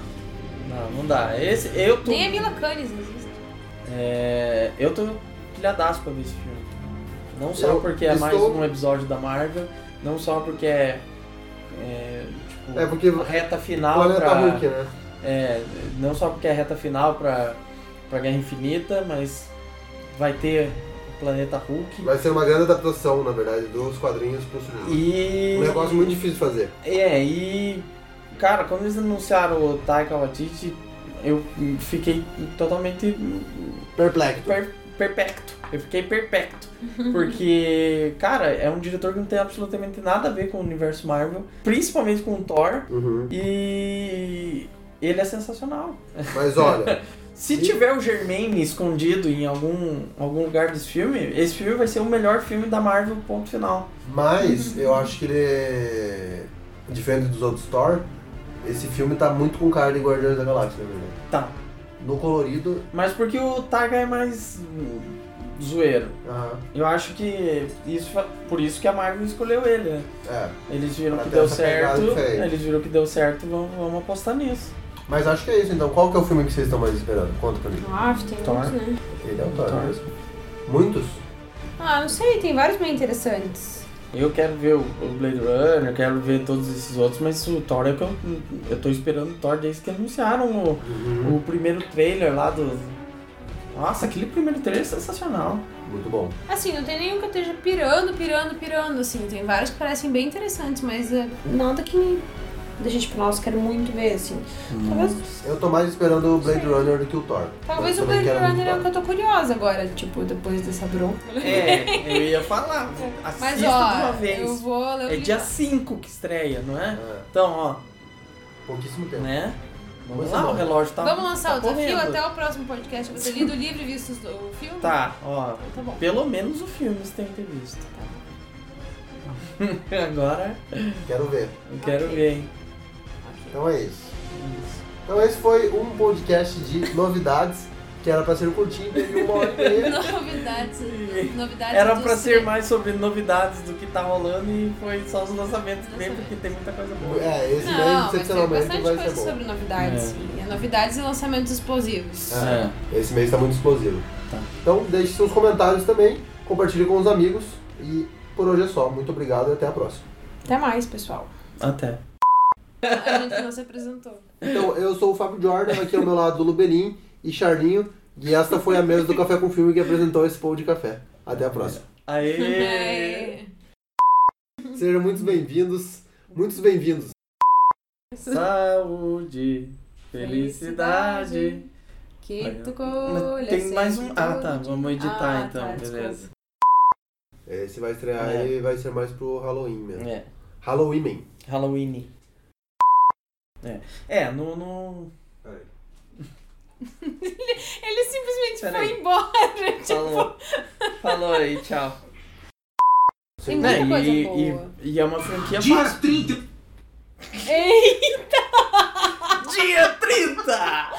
Não, não dá. Esse, eu tô. Nem a Mila Kunis resiste. É, eu tô pilhadaço pra ver esse filme. Não só Eu porque é mais estou- um episódio da Marvel, não só porque é. É, tipo, É porque a reta final Planeta pra. Hulk, né? É, não só porque é a reta final pra, pra Guerra Infinita, mas vai ter o Planeta Hulk. Vai ser uma grande adaptação, na verdade, dos quadrinhos pro cinema. E. Um negócio muito difícil de fazer. É, e. Cara, quando eles anunciaram o Taika Waititi, eu fiquei totalmente. Perplexo. Per perpecto. Eu fiquei perpecto. Porque, cara, é um diretor que não tem absolutamente nada a ver com o universo Marvel, principalmente com o Thor, Uhum. e. Ele é sensacional. Mas olha, Se tiver o Germaine escondido em algum, algum lugar desse filme, esse filme vai ser o melhor filme da Marvel, ponto final. mas eu acho que ele. Diferente dos outros Thor, esse filme tá muito com cara de Guardiões da Galáxia, na verdade. Tá. No colorido. Mas porque o Taga é mais hum, zoeiro. Eu acho que isso fa- por isso que a Marvel escolheu ele, né? É. Eles viram Pra que ter deu essa pegada certo, diferente. eles viram que deu certo, vamos, vamos apostar nisso. Mas acho que é isso então. Qual que é o filme que vocês estão mais esperando? Conta pra mim. Nossa, tem Tá. Thor. muitos, né? Ele é o Thor Thor. mesmo. Muitos? Ah, não sei, tem vários bem interessantes. Eu quero ver o o Blade Runner, eu quero ver todos esses outros, mas o Thor é o que eu, eu tô esperando o Thor desde que anunciaram o, o primeiro trailer lá do. Nossa, aquele primeiro trailer é sensacional. Muito bom. Assim, não tem nenhum que eu esteja pirando, pirando, pirando, assim. Tem vários que parecem bem interessantes, mas eh, nada que da gente, tipo, nossa, quero muito ver, assim. Hum. Talvez, Eu tô mais esperando o Blade Runner do que o Thor. talvez Eu o também Blade quero muito Runner é o Thor. que eu tô curiosa agora, tipo, depois dessa bronca. É, eu ia falar. Assista Mas, de uma ó, vez. eu vou ler É o que- tá dia 5 que estreia, não é? Então, ó. Pouquíssimo tempo. Né? Vamos Vamos lá, embora. o relógio tá. Vamos lançar tá o desafio correndo. até o próximo podcast. Você lido o livro e visto os- o filme? Tá, ó. Tá bom. Pelo menos o filme você tem que ter visto. Agora. Quero ver. Eu quero ver, hein? Então é isso. Então esse foi um podcast de novidades, que era pra ser curtinho, teve uma hora e meia. Novidades. Novidades Era do pra ser mais sobre novidades do que tá rolando e foi só os lançamentos mesmo, porque tem muita coisa boa. É, esse né? daí, Não, mas tem excepcionalmente, bastante vai coisa ser bom. sobre novidades. É. sim. É Novidades e lançamentos explosivos. É, Esse mês tá muito explosivo. Então deixe seus comentários também, compartilhe com os amigos e por hoje é só. Muito obrigado e até a próxima. Até mais, pessoal. Até. A gente não se apresentou. Então, eu sou o Fábio Jordan, aqui ao meu lado do Lubelim e Charlinho, e esta foi a mesa do Café com Filme que apresentou esse pão de café. Até a próxima. É. Aê! Sejam muitos bem-vindos, muitos bem-vindos. Saúde, felicidade. Que Olha, tu Mas colhas Tem mais um. sempre Ah, tu tá. Vamos editar Ah, então, tá, beleza. Esse vai estrear É. e vai ser mais pro Halloween mesmo. É. Halloween. Halloween. É, é no. no... É. Ele, ele simplesmente Pera foi aí. embora. Tipo, Falou. Falou aí, tchau. Tem muita É, Né, coisa e, boa. E, e é uma franquia Dia 30! Eita! Dia 30! é